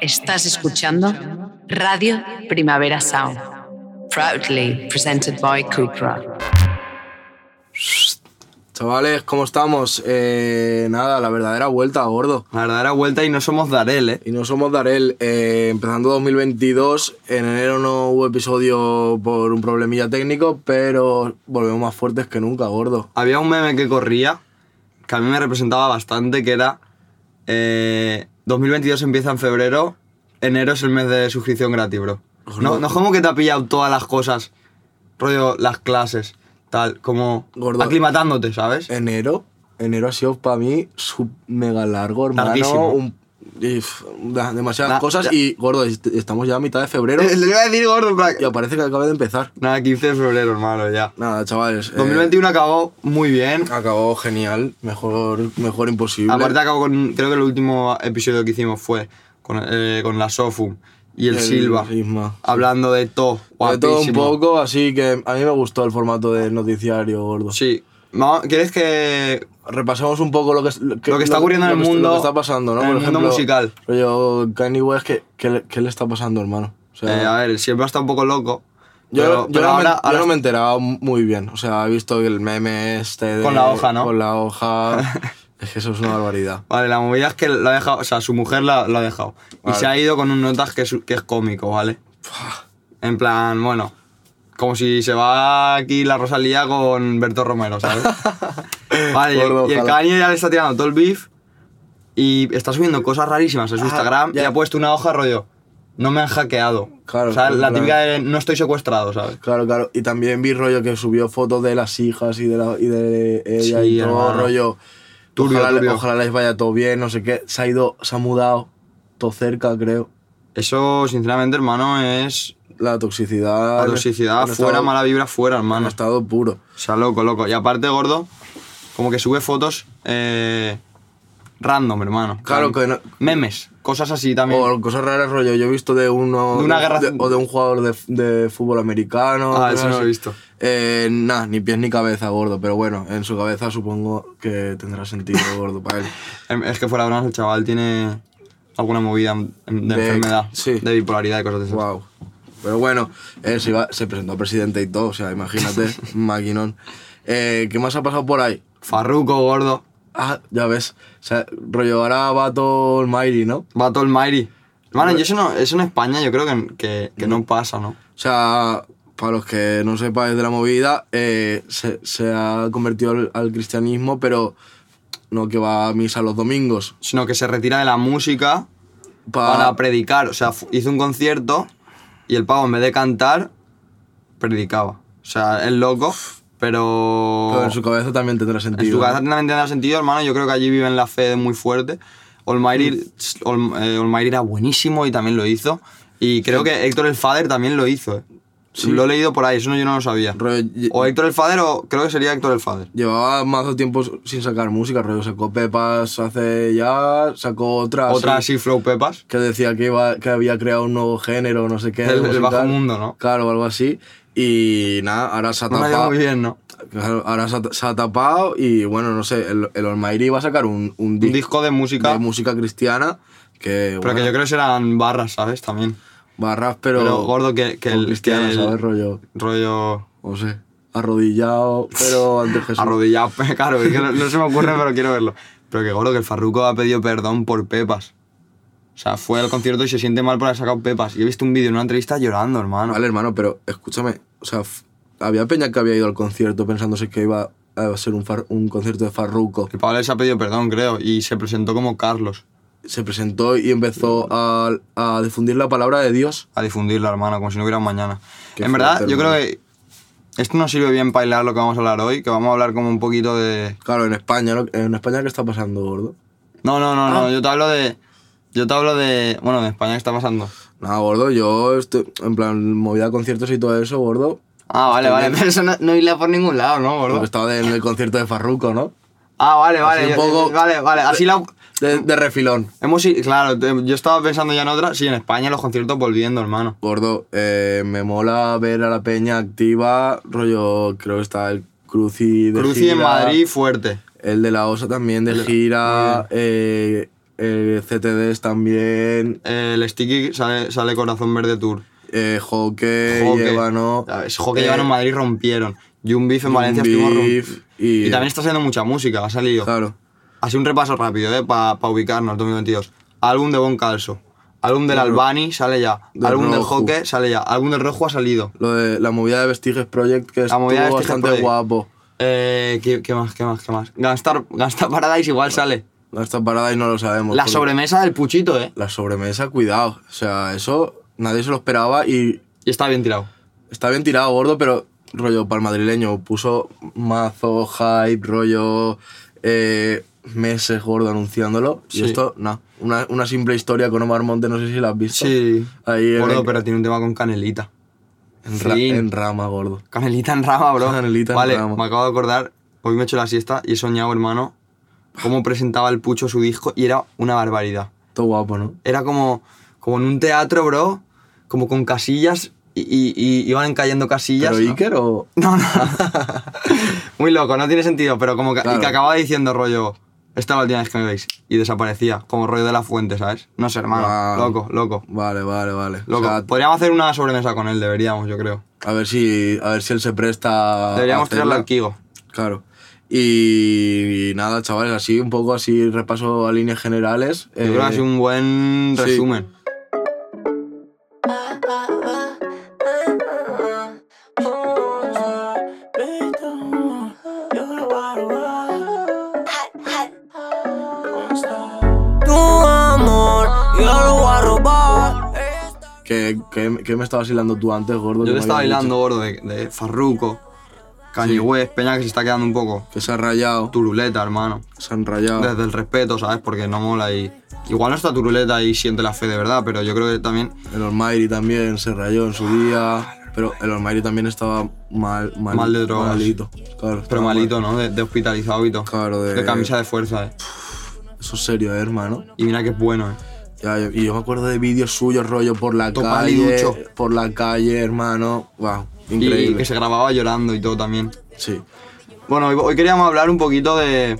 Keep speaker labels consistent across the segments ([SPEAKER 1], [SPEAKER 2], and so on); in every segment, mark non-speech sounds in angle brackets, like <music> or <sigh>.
[SPEAKER 1] Estás escuchando Radio Primavera Sound. Proudly presented by Quick Rock.
[SPEAKER 2] Chavales, ¿cómo estamos? Eh, nada, la verdadera vuelta, gordo.
[SPEAKER 3] La verdadera vuelta y no somos Darel, ¿eh?
[SPEAKER 2] Y no somos Darel. Eh, empezando 2022, en enero no hubo episodio por un problemilla técnico, pero volvemos más fuertes que nunca, gordo.
[SPEAKER 3] Había un meme que corría, que a mí me representaba bastante, que era... eh, 2022 empieza en febrero, enero es el mes de suscripción gratis, bro. No, no es como que te ha pillado todas las cosas, rollo, las clases, tal, como
[SPEAKER 2] Gordo. Eh,
[SPEAKER 3] aclimatándote, ¿sabes?
[SPEAKER 2] Enero, enero ha sido para mí sub mega largo, hermano.
[SPEAKER 3] Larguísimo.
[SPEAKER 2] Un- y, pff, da- demasiadas
[SPEAKER 3] Da-
[SPEAKER 2] cosas
[SPEAKER 3] da-
[SPEAKER 2] y, gordo, est- estamos ya a mitad de febrero
[SPEAKER 3] Eh, <laughs> Le iba a decir, gordo, en plan,
[SPEAKER 2] y parece que acaba de empezar.
[SPEAKER 3] Nada, 15 de febrero, hermano, ya.
[SPEAKER 2] Nada, chavales. eh,
[SPEAKER 3] 2021 acabó muy bien.
[SPEAKER 2] acabó genial, mejor, mejor imposible.
[SPEAKER 3] Aparte acabó con, creo que el último episodio que hicimos fue con, eh, con la Sofum y el,
[SPEAKER 2] El
[SPEAKER 3] Silva,
[SPEAKER 2] Sisma.
[SPEAKER 3] hablando de todo,
[SPEAKER 2] De todo un
[SPEAKER 3] guapísimo.
[SPEAKER 2] poco, así que a mí me gustó el formato de noticiario, gordo.
[SPEAKER 3] Sí. Vamos- ¿Quieres que eh,
[SPEAKER 2] Repasemos un poco lo que, es-
[SPEAKER 3] Lo que está ocurriendo en
[SPEAKER 2] lo
[SPEAKER 3] el
[SPEAKER 2] que-
[SPEAKER 3] mundo-
[SPEAKER 2] Lo que está pasando, ¿no?
[SPEAKER 3] en el mundo musical.
[SPEAKER 2] rollo Kanye West, ¿qué, qué, le- qué le está pasando, hermano? O sea,
[SPEAKER 3] Eh, a ver, siempre está un poco loco.
[SPEAKER 2] yo,
[SPEAKER 3] pero,
[SPEAKER 2] yo
[SPEAKER 3] pero
[SPEAKER 2] no me-
[SPEAKER 3] ahora,
[SPEAKER 2] yo
[SPEAKER 3] ahora-
[SPEAKER 2] no me he enterado muy bien. O sea, he visto el meme este de-
[SPEAKER 3] Con la hoja, ¿no?
[SPEAKER 2] Con la
[SPEAKER 3] <laughs>
[SPEAKER 2] hoja. es que eso es una barbaridad.
[SPEAKER 3] Vale, la movida es que lo ha dejado, o sea, su mujer la, lo ha dejado.
[SPEAKER 2] Vale.
[SPEAKER 3] Y se ha ido con un notas que es, que es cómico, ¿vale? En plan, bueno, como si se va aquí la Rosalía con Berto
[SPEAKER 2] <laughs>
[SPEAKER 3] Romero, ¿sabes? vale, y el-
[SPEAKER 2] Gordo,
[SPEAKER 3] y el
[SPEAKER 2] ojalá.
[SPEAKER 3] Kanye ya le está tirando todo el beef y está subiendo cosas rarísimas en su
[SPEAKER 2] Ah,
[SPEAKER 3] Instagram
[SPEAKER 2] ya.
[SPEAKER 3] y ha puesto una hoja rollo, no me han hackeado.
[SPEAKER 2] Claro,
[SPEAKER 3] o sea,
[SPEAKER 2] claro,
[SPEAKER 3] la
[SPEAKER 2] claro.
[SPEAKER 3] típica de no estoy secuestrado, ¿sabes?
[SPEAKER 2] Claro, claro. Y también vi rollo que subió fotos de las hijas y de, la- y de ella
[SPEAKER 3] Sí,
[SPEAKER 2] y todo
[SPEAKER 3] hermano.
[SPEAKER 2] rollo.
[SPEAKER 3] Turbio,
[SPEAKER 2] ojalá,
[SPEAKER 3] turbio.
[SPEAKER 2] ojalá les vaya todo bien, no sé qué. Se ha ido, se ha mudado todo cerca, creo.
[SPEAKER 3] Eso, sinceramente, hermano, es
[SPEAKER 2] La toxicidad.
[SPEAKER 3] la toxicidad
[SPEAKER 2] en
[SPEAKER 3] fuera,
[SPEAKER 2] estado-
[SPEAKER 3] mala vibra fuera, hermano.
[SPEAKER 2] En estado puro.
[SPEAKER 3] O sea, loco, loco. Y aparte, gordo, como que sube fotos eh, random, hermano.
[SPEAKER 2] Claro que no-
[SPEAKER 3] Memes, cosas así también.
[SPEAKER 2] O cosas raras, rollo. Yo he visto de uno.
[SPEAKER 3] De una guerra-
[SPEAKER 2] de- o de un jugador de, de fútbol americano.
[SPEAKER 3] Ah,
[SPEAKER 2] cosas
[SPEAKER 3] eso no lo he
[SPEAKER 2] así.
[SPEAKER 3] visto.
[SPEAKER 2] Eh, nah, ni pies ni cabeza, gordo. Pero bueno, en su cabeza supongo que tendrá sentido, gordo, para él.
[SPEAKER 3] <laughs> Em, Es que fuera de bromas, el chaval tiene alguna movida en- en- de,
[SPEAKER 2] De-
[SPEAKER 3] enfermedad,
[SPEAKER 2] sí.
[SPEAKER 3] de bipolaridad y cosas de esas.
[SPEAKER 2] Wow. Pero bueno, él se, iba- se presentó a presidente y todo, o sea, imagínate,
[SPEAKER 3] <laughs>
[SPEAKER 2] maquinón. Eh, ¿Qué más ha pasado por ahí?
[SPEAKER 3] Farruko, gordo.
[SPEAKER 2] Ah, ya ves. O sea, rollo, ahora va todo el Mighty, ¿no?
[SPEAKER 3] Va todo el Mairi. Hermano, yo eso, no, eso en España yo creo que, que, que no pasa, ¿no?
[SPEAKER 2] O sea, para los que no sepáis de la movida, eh, se, se ha convertido al, al cristianismo, pero no que va a misa los domingos.
[SPEAKER 3] Sino que se retira de la música
[SPEAKER 2] pa-
[SPEAKER 3] para predicar. O sea, fu- hizo un concierto y el pavo en vez de cantar, predicaba. O sea, es loco, pero...
[SPEAKER 2] pero en su cabeza también tendrá sentido.
[SPEAKER 3] En su
[SPEAKER 2] ¿no?
[SPEAKER 3] cabeza también tendrá sentido, hermano. Yo creo que allí viven la fe muy fuerte. Olmairi
[SPEAKER 2] Mm.
[SPEAKER 3] eh, era buenísimo y también lo hizo. Y creo que Héctor el Fader también lo hizo. eh. Lo he leído por ahí, eso no, yo no lo sabía.
[SPEAKER 2] Rollo, lle-
[SPEAKER 3] O Héctor el Fader o creo que sería Héctor el Fader.
[SPEAKER 2] Llevaba mazo tiempo sin sacar música, rollo, sacó Pepas hace ya, sacó otra.
[SPEAKER 3] Otra
[SPEAKER 2] así,
[SPEAKER 3] así, Flow Pepas.
[SPEAKER 2] que decía que, iba, que había creado un nuevo género, no sé qué.
[SPEAKER 3] El- el
[SPEAKER 2] musical.
[SPEAKER 3] bajo mundo, ¿no?
[SPEAKER 2] Claro, o algo así. Y nada, ahora se ha
[SPEAKER 3] No me ha ido
[SPEAKER 2] tapado.
[SPEAKER 3] muy bien, ¿no?
[SPEAKER 2] Claro, ahora se ha, se ha tapado y bueno, no sé, el, el Almighty va a sacar un, un
[SPEAKER 3] Un
[SPEAKER 2] disco
[SPEAKER 3] disco de música,
[SPEAKER 2] de música cristiana que,
[SPEAKER 3] pero que yo creo que serán barras, ¿sabes? También.
[SPEAKER 2] barras, pero,
[SPEAKER 3] Pero, gordo, que- que
[SPEAKER 2] con
[SPEAKER 3] el- que
[SPEAKER 2] cristiana,
[SPEAKER 3] el-
[SPEAKER 2] ¿sabes? Rollo,
[SPEAKER 3] Rollo
[SPEAKER 2] no sé, arrodillado, pero ante Jesús.
[SPEAKER 3] arrodillado, <laughs> claro, es que no, no se me ocurre, pero quiero verlo. Pero que gordo, que el Farruko ha pedido perdón por Pepas. O sea, fue al concierto y se siente mal por haber sacado Pepas. Y he visto un vídeo en una entrevista llorando, hermano.
[SPEAKER 2] Vale, hermano, pero escúchame, o sea, f- había peña que había ido al concierto pensándose que iba a ser un, far- un concierto de Farruko.
[SPEAKER 3] El Pablo se ha pedido perdón, creo, y se presentó como Carlos
[SPEAKER 2] Se presentó y empezó a, a difundir la palabra de Dios.
[SPEAKER 3] a difundirlo, hermano, como si no hubiera un mañana.
[SPEAKER 2] Qué
[SPEAKER 3] en verdad,
[SPEAKER 2] fuerte,
[SPEAKER 3] yo creo
[SPEAKER 2] hermano.
[SPEAKER 3] que esto nos sirve bien para hilar lo que vamos a hablar hoy, que vamos a hablar como un poquito de...
[SPEAKER 2] Claro, en España, ¿no? ¿En España qué está pasando, gordo?
[SPEAKER 3] No, no, no, no, yo te hablo de... Yo te hablo de... Bueno, de España, ¿qué está pasando?
[SPEAKER 2] Nada, gordo, yo estoy, en plan, movida a conciertos y todo eso, gordo.
[SPEAKER 3] Ah, vale, vale, pero eso no, no hila por ningún lado, ¿no, gordo?
[SPEAKER 2] Porque estaba en el concierto de Farruko, ¿no?
[SPEAKER 3] Ah, vale, vale.
[SPEAKER 2] Así un
[SPEAKER 3] yo-
[SPEAKER 2] poco-
[SPEAKER 3] Vale, vale. Así la.
[SPEAKER 2] De, de refilón.
[SPEAKER 3] Hemos i- claro, te- yo estaba pensando ya en otra. Sí, en España los conciertos volviendo, hermano.
[SPEAKER 2] Gordo, eh, me mola ver a la peña activa, rollo, creo que está el Cruci de
[SPEAKER 3] Cruci en
[SPEAKER 2] gira,
[SPEAKER 3] Madrid fuerte.
[SPEAKER 2] El de la Osa también de gira. eh, eh, CTDs también,
[SPEAKER 3] El Sticky sale, sale Corazón Verde Tour.
[SPEAKER 2] eh, hockey, Llévano,
[SPEAKER 3] Es Joque
[SPEAKER 2] eh,
[SPEAKER 3] llevan en Madrid rompieron. Y un beef en
[SPEAKER 2] Young
[SPEAKER 3] Valencia estuvimos rom-
[SPEAKER 2] Beef
[SPEAKER 3] Y,
[SPEAKER 2] y-
[SPEAKER 3] también está saliendo mucha música, ha salido.
[SPEAKER 2] Claro.
[SPEAKER 3] Así un repaso rápido, ¿eh? Para ubicarnos, 2022. Álbum de Bon Calso. Álbum del
[SPEAKER 2] Claro.
[SPEAKER 3] Albani sale ya.
[SPEAKER 2] Del
[SPEAKER 3] álbum del
[SPEAKER 2] Rojo.
[SPEAKER 3] Joque sale ya. Álbum del Rojo ha salido.
[SPEAKER 2] Lo de la movida de Vestiges Project, que
[SPEAKER 3] La
[SPEAKER 2] estuvo
[SPEAKER 3] movida de Vestiges
[SPEAKER 2] bastante
[SPEAKER 3] Project.
[SPEAKER 2] guapo.
[SPEAKER 3] Eh, ¿qué, qué más? ¿Qué más? ¿Qué más? Gangstar, Gangstar Paradise igual sale.
[SPEAKER 2] Esta parada y no lo sabemos.
[SPEAKER 3] La
[SPEAKER 2] porque-
[SPEAKER 3] sobremesa del Puchito, ¿eh?
[SPEAKER 2] La sobremesa, cuidado. O sea, eso nadie se lo esperaba y
[SPEAKER 3] Y está bien tirado.
[SPEAKER 2] está bien tirado, gordo, pero rollo para el madrileño. Puso mazo, hype, rollo eh, meses, gordo, anunciándolo.
[SPEAKER 3] Sí.
[SPEAKER 2] Y esto, no. Una, una simple historia con Omar Monte, no sé si la has visto.
[SPEAKER 3] Sí.
[SPEAKER 2] Ahí en,
[SPEAKER 3] Gordo, pero tiene un tema con Canelita.
[SPEAKER 2] en ra-
[SPEAKER 3] Sí.
[SPEAKER 2] en rama, gordo.
[SPEAKER 3] Canelita en rama, bro.
[SPEAKER 2] Canelita en
[SPEAKER 3] vale,
[SPEAKER 2] rama.
[SPEAKER 3] me acabo de acordar. Hoy me he hecho la siesta y he soñado, hermano, cómo presentaba el Pucho su disco y era una barbaridad.
[SPEAKER 2] Todo guapo, ¿no?
[SPEAKER 3] Era como, como en un teatro, bro, como con casillas y, y- y iban cayendo casillas.
[SPEAKER 2] ¿Pero
[SPEAKER 3] ¿no?
[SPEAKER 2] Iker o...?
[SPEAKER 3] No, no. Muy loco, no tiene sentido, pero como que, y
[SPEAKER 2] Claro.
[SPEAKER 3] que acababa diciendo rollo, esta es la última vez que me veis y desaparecía, como rollo de la fuente, ¿sabes? No sé, hermano.
[SPEAKER 2] Ah.
[SPEAKER 3] Loco, loco.
[SPEAKER 2] Vale, vale, vale. O
[SPEAKER 3] Loco. pues-
[SPEAKER 2] sea,
[SPEAKER 3] Podríamos hacer una sobremesa con él, deberíamos, yo creo.
[SPEAKER 2] a ver si a ver si él se presta a
[SPEAKER 3] Deberíamos
[SPEAKER 2] hacerla.
[SPEAKER 3] tirarle al Kigo.
[SPEAKER 2] Claro. Y, y nada, chavales, así un poco así repaso a líneas generales.
[SPEAKER 3] Yo creo que ha sido un buen
[SPEAKER 2] Eh, sí.
[SPEAKER 3] resumen.
[SPEAKER 4] Tu amor, yo lo voy a robar.
[SPEAKER 2] que, que- que me estabas hilando tú antes, gordo.
[SPEAKER 3] Yo
[SPEAKER 2] que
[SPEAKER 3] te
[SPEAKER 2] me
[SPEAKER 3] estaba
[SPEAKER 2] habías
[SPEAKER 3] bailando, gordo, de, de Farruco, Kanye West, Peña que se está quedando un poco
[SPEAKER 2] dicho? Que se ha rayado.
[SPEAKER 3] turuleta, hermano.
[SPEAKER 2] Se han rayado.
[SPEAKER 3] Desde el respeto, ¿sabes? Porque no mola y... Igual no está turuleta y siente la fe de verdad, pero yo creo que también...
[SPEAKER 2] El Olmairi también se rayó en su día. Pero el Olmairi también estaba mal, mal,
[SPEAKER 3] Mal de drogas.
[SPEAKER 2] Malito. Claro,
[SPEAKER 3] Pero
[SPEAKER 2] estaba mal.
[SPEAKER 3] malito, ¿no? De, de hospitalizado y todo.
[SPEAKER 2] Claro, de-
[SPEAKER 3] Es que camisa de fuerza, ¿eh?
[SPEAKER 2] Eso es serio, eh, hermano.
[SPEAKER 3] Y mira que es bueno, ¿eh?
[SPEAKER 2] Ya, yo- y yo me acuerdo de vídeos suyos, rollo por la
[SPEAKER 3] Todo
[SPEAKER 2] calle.
[SPEAKER 3] paliducho.
[SPEAKER 2] Por la calle, hermano. Wow,
[SPEAKER 3] Y- Y
[SPEAKER 2] increíble.
[SPEAKER 3] que se grababa llorando y todo también.
[SPEAKER 2] Sí.
[SPEAKER 3] Bueno, hoy, hoy queríamos hablar un poquito de...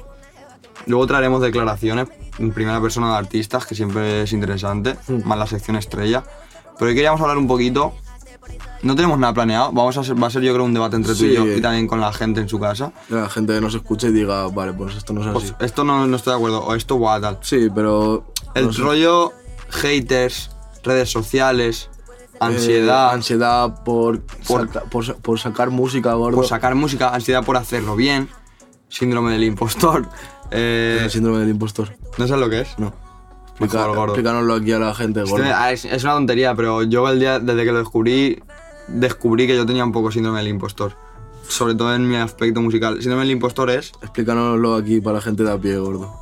[SPEAKER 3] Luego traeremos declaraciones en primera persona de artistas, que siempre es interesante,
[SPEAKER 2] Mm.
[SPEAKER 3] más la sección estrella. Pero hoy queríamos hablar un poquito... No tenemos nada planeado, vamos a ser, va a ser yo creo un debate entre tú
[SPEAKER 2] Sí.
[SPEAKER 3] y yo y también con la gente en su casa.
[SPEAKER 2] La gente nos escucha y diga, vale, pues esto no es así.
[SPEAKER 3] Pues esto no, no estoy de acuerdo, o esto o tal.
[SPEAKER 2] Sí, pero.
[SPEAKER 3] El
[SPEAKER 2] no sé,
[SPEAKER 3] rollo haters, redes sociales,
[SPEAKER 2] eh,
[SPEAKER 3] ansiedad,
[SPEAKER 2] ansiedad por,
[SPEAKER 3] Por-
[SPEAKER 2] saca- por, sa- por sacar música, gordo.
[SPEAKER 3] por sacar música, ansiedad por hacerlo bien, síndrome del impostor. <laughs> eh,
[SPEAKER 2] El síndrome del impostor.
[SPEAKER 3] ¿No sabes lo que es?
[SPEAKER 2] No.
[SPEAKER 3] Mejor,
[SPEAKER 2] Explica-
[SPEAKER 3] gordo.
[SPEAKER 2] explícanoslo aquí a la gente,
[SPEAKER 3] Este
[SPEAKER 2] gordo.
[SPEAKER 3] me- ah, es, es una tontería, pero yo el día desde que lo descubrí, descubrí que yo tenía un poco síndrome del impostor. Sobre todo en mi aspecto musical. Síndrome del impostor es
[SPEAKER 2] Explícanoslo aquí para la gente de a pie, gordo.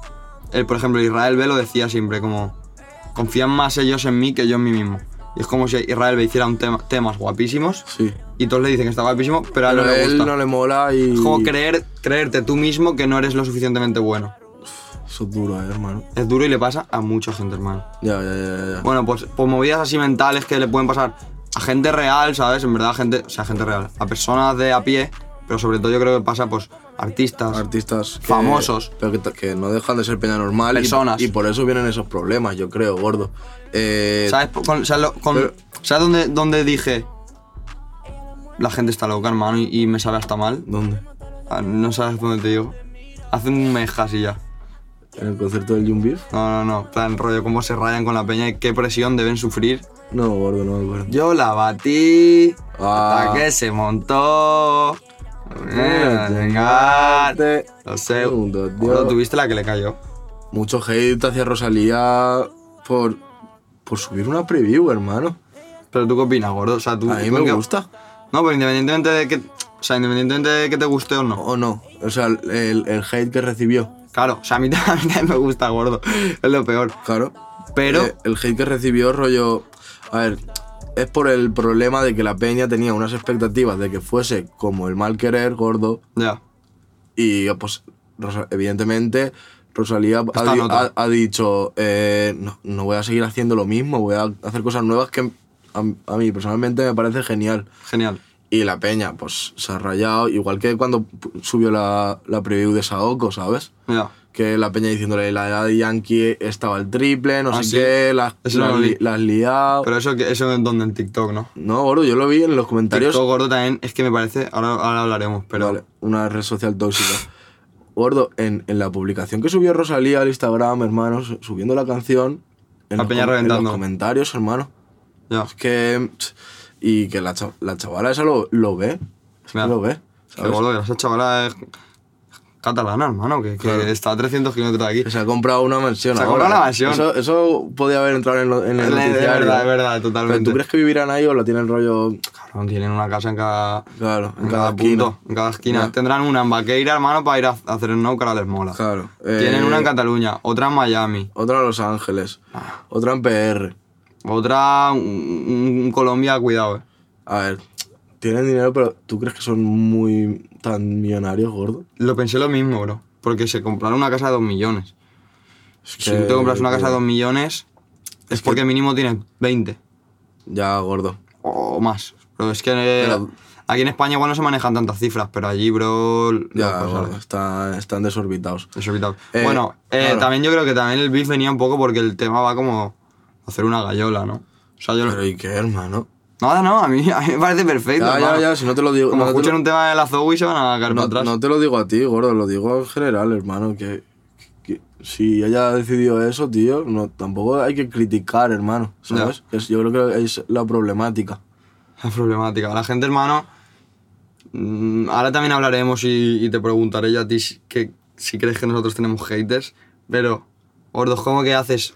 [SPEAKER 3] Él, por ejemplo, Israel B lo decía siempre, como, confían más ellos en mí que yo en mí mismo. Y es como si Israel B hiciera un tema, temas guapísimos
[SPEAKER 2] Sí.
[SPEAKER 3] y todos le dicen que está guapísimo, pero a él
[SPEAKER 2] Pero
[SPEAKER 3] no le gusta.
[SPEAKER 2] no le mola y.
[SPEAKER 3] Es como creer, creerte tú mismo que no eres lo suficientemente bueno.
[SPEAKER 2] Eso es duro, eh, hermano.
[SPEAKER 3] Es duro y le pasa a mucha gente, hermano.
[SPEAKER 2] Ya, ya, ya. ya, ya.
[SPEAKER 3] Bueno, pues, pues movidas así mentales que le pueden pasar a gente real, ¿sabes? En verdad, a gente, o sea, a gente real, a personas de a pie, pero sobre todo yo creo que pasa, pues, artistas.
[SPEAKER 2] Artistas que-
[SPEAKER 3] famosos.
[SPEAKER 2] pero que, t- que no dejan de ser peña normal. y-
[SPEAKER 3] Personas.
[SPEAKER 2] Y, por eso vienen esos problemas, yo creo, gordo. Eh,
[SPEAKER 3] ¿Sabes? Por- Con, ¿Sabes, lo- con-
[SPEAKER 2] pero-
[SPEAKER 3] ¿sabes dónde, dónde dije? La gente está loca, hermano, y, y me sabe hasta mal.
[SPEAKER 2] ¿Dónde?
[SPEAKER 3] Ah, No sabes dónde te digo. Hace un mes casi ya.
[SPEAKER 2] ¿En el concierto del Young Beef?
[SPEAKER 3] No, no, no. Plan rollo, cómo se rayan con la peña y qué presión deben sufrir.
[SPEAKER 2] No, gordo, no me acuerdo.
[SPEAKER 3] Yo la batí.
[SPEAKER 2] Ah.
[SPEAKER 3] Hasta que se montó.
[SPEAKER 2] Eh,
[SPEAKER 3] Venga. No sé.
[SPEAKER 2] Segundo, tío.
[SPEAKER 3] Bro, ¿Tuviste la que le cayó?
[SPEAKER 2] Mucho hate hacia Rosalía por, por subir una preview, hermano.
[SPEAKER 3] Pero tú qué opinas, gordo? O sea, tú.
[SPEAKER 2] A mí
[SPEAKER 3] tú
[SPEAKER 2] me
[SPEAKER 3] qué-
[SPEAKER 2] gusta.
[SPEAKER 3] No, pero independientemente de que. O sea, independientemente de que te guste o no.
[SPEAKER 2] ¿O no? O sea, el, el hate que recibió.
[SPEAKER 3] Claro, o sea, a mí, <laughs> ta- a mí también me gusta, gordo. Es lo peor.
[SPEAKER 2] Claro.
[SPEAKER 3] Pero.
[SPEAKER 2] Eh, el hate que recibió, rollo. A ver, es por el problema de que la peña tenía unas expectativas de que fuese como el mal querer, gordo.
[SPEAKER 3] Ya.
[SPEAKER 2] Y pues, Rosa- evidentemente, Rosalía ha
[SPEAKER 3] Está
[SPEAKER 2] di-
[SPEAKER 3] en otra.
[SPEAKER 2] ha, ha dicho: eh, no, no voy a seguir haciendo lo mismo, voy a hacer cosas nuevas que a, a mí personalmente me parece genial.
[SPEAKER 3] Genial.
[SPEAKER 2] Y la peña, pues se ha rayado, igual que cuando p- subió la, la preview de Saoko, ¿sabes?
[SPEAKER 3] Ya.
[SPEAKER 2] que la peña diciéndole la edad de Yankee estaba el triple, no
[SPEAKER 3] Ah,
[SPEAKER 2] sé
[SPEAKER 3] ¿sí?
[SPEAKER 2] qué, las,
[SPEAKER 3] Eso no
[SPEAKER 2] las
[SPEAKER 3] lo
[SPEAKER 2] li-
[SPEAKER 3] vi.
[SPEAKER 2] las liado.
[SPEAKER 3] Pero eso, que- eso es donde en TikTok, ¿no?
[SPEAKER 2] no, gordo, yo lo vi en los comentarios.
[SPEAKER 3] TikTok gordo también, es que me parece, ahora, ahora hablaremos, pero...
[SPEAKER 2] Vale, una red social tóxica. Gordo, en, en la publicación que subió Rosalía al Instagram, hermanos, subiendo la canción. En
[SPEAKER 3] La
[SPEAKER 2] los
[SPEAKER 3] peña
[SPEAKER 2] com- en
[SPEAKER 3] reventando.
[SPEAKER 2] los comentarios, hermano.
[SPEAKER 3] Ya.
[SPEAKER 2] Es que. ch, Y que la, cha- la chavala esa lo, lo ve. Es que
[SPEAKER 3] Ya.
[SPEAKER 2] lo ve.
[SPEAKER 3] Que
[SPEAKER 2] ¿sabes?
[SPEAKER 3] gordo, que esa chavala es catalana, hermano, que, que
[SPEAKER 2] Claro.
[SPEAKER 3] está a 300 kilómetros de aquí.
[SPEAKER 2] Que se ha comprado una mansión.
[SPEAKER 3] Se ha
[SPEAKER 2] ahora.
[SPEAKER 3] comprado una mansión.
[SPEAKER 2] Eso, eso podía haber entrado en, lo- en
[SPEAKER 3] Es
[SPEAKER 2] el
[SPEAKER 3] verdad,
[SPEAKER 2] noticiario.
[SPEAKER 3] es verdad, totalmente.
[SPEAKER 2] Pero, ¿Tú crees que vivirán ahí o la tienen rollo.
[SPEAKER 3] Cabrón, tienen una casa en cada,
[SPEAKER 2] Claro, en
[SPEAKER 3] en
[SPEAKER 2] cada
[SPEAKER 3] cada punto,
[SPEAKER 2] esquina.
[SPEAKER 3] en cada esquina.
[SPEAKER 2] Ya.
[SPEAKER 3] Tendrán una en Vaqueira, hermano, para ir a a hacer snow, que ahora les mola.
[SPEAKER 2] Claro.
[SPEAKER 3] Tienen
[SPEAKER 2] eh,
[SPEAKER 3] una en Cataluña, otra en Miami,
[SPEAKER 2] Otra en Los Ángeles. Otra en PR.
[SPEAKER 3] otra en- en en Colombia, cuidado, eh.
[SPEAKER 2] A ver, tienen dinero, pero ¿tú crees que son muy tan millonarios, gordo?
[SPEAKER 3] Lo pensé lo mismo, bro. Porque se compraron una casa de 2 millones.
[SPEAKER 2] Es
[SPEAKER 3] Si tú te compras una casa de 2 millones, es,
[SPEAKER 2] Eh, que-
[SPEAKER 3] porque mínimo tienes 20
[SPEAKER 2] Ya, gordo.
[SPEAKER 3] o más. Pero es que eh,
[SPEAKER 2] Pero-
[SPEAKER 3] aquí en España igual no se manejan tantas cifras, pero allí, bro, lo
[SPEAKER 2] Ya, pues,
[SPEAKER 3] pasas.
[SPEAKER 2] gordo. Está- están desorbitados.
[SPEAKER 3] Desorbitado.
[SPEAKER 2] Eh,
[SPEAKER 3] bueno, eh,
[SPEAKER 2] claro.
[SPEAKER 3] también yo creo que también el beef venía un poco porque el tema va como hacer una gallola, ¿no? O sea, yo lo-
[SPEAKER 2] Pero ¿y qué, hermano?
[SPEAKER 3] Nada, no, a mí, <laughs> a mí me parece perfecto.
[SPEAKER 2] Ya, ya,
[SPEAKER 3] hermano.
[SPEAKER 2] ya, si no te lo digo. no
[SPEAKER 3] Como
[SPEAKER 2] te
[SPEAKER 3] escuchen
[SPEAKER 2] lo-
[SPEAKER 3] un tema de la Zoe se van a caer para
[SPEAKER 2] No,
[SPEAKER 3] atrás.
[SPEAKER 2] no te lo digo a ti, gordo, lo digo en general, hermano, que, que- que si ella ha decidido eso, tío, no, tampoco hay que criticar, hermano, ¿sabes? Es- yo creo que es la problemática.
[SPEAKER 3] La problemática. La gente, hermano. mm, Ahora también hablaremos y, y te preguntaré yo a ti si, que, si crees que nosotros tenemos haters. Pero, Ordos, ¿cómo que haces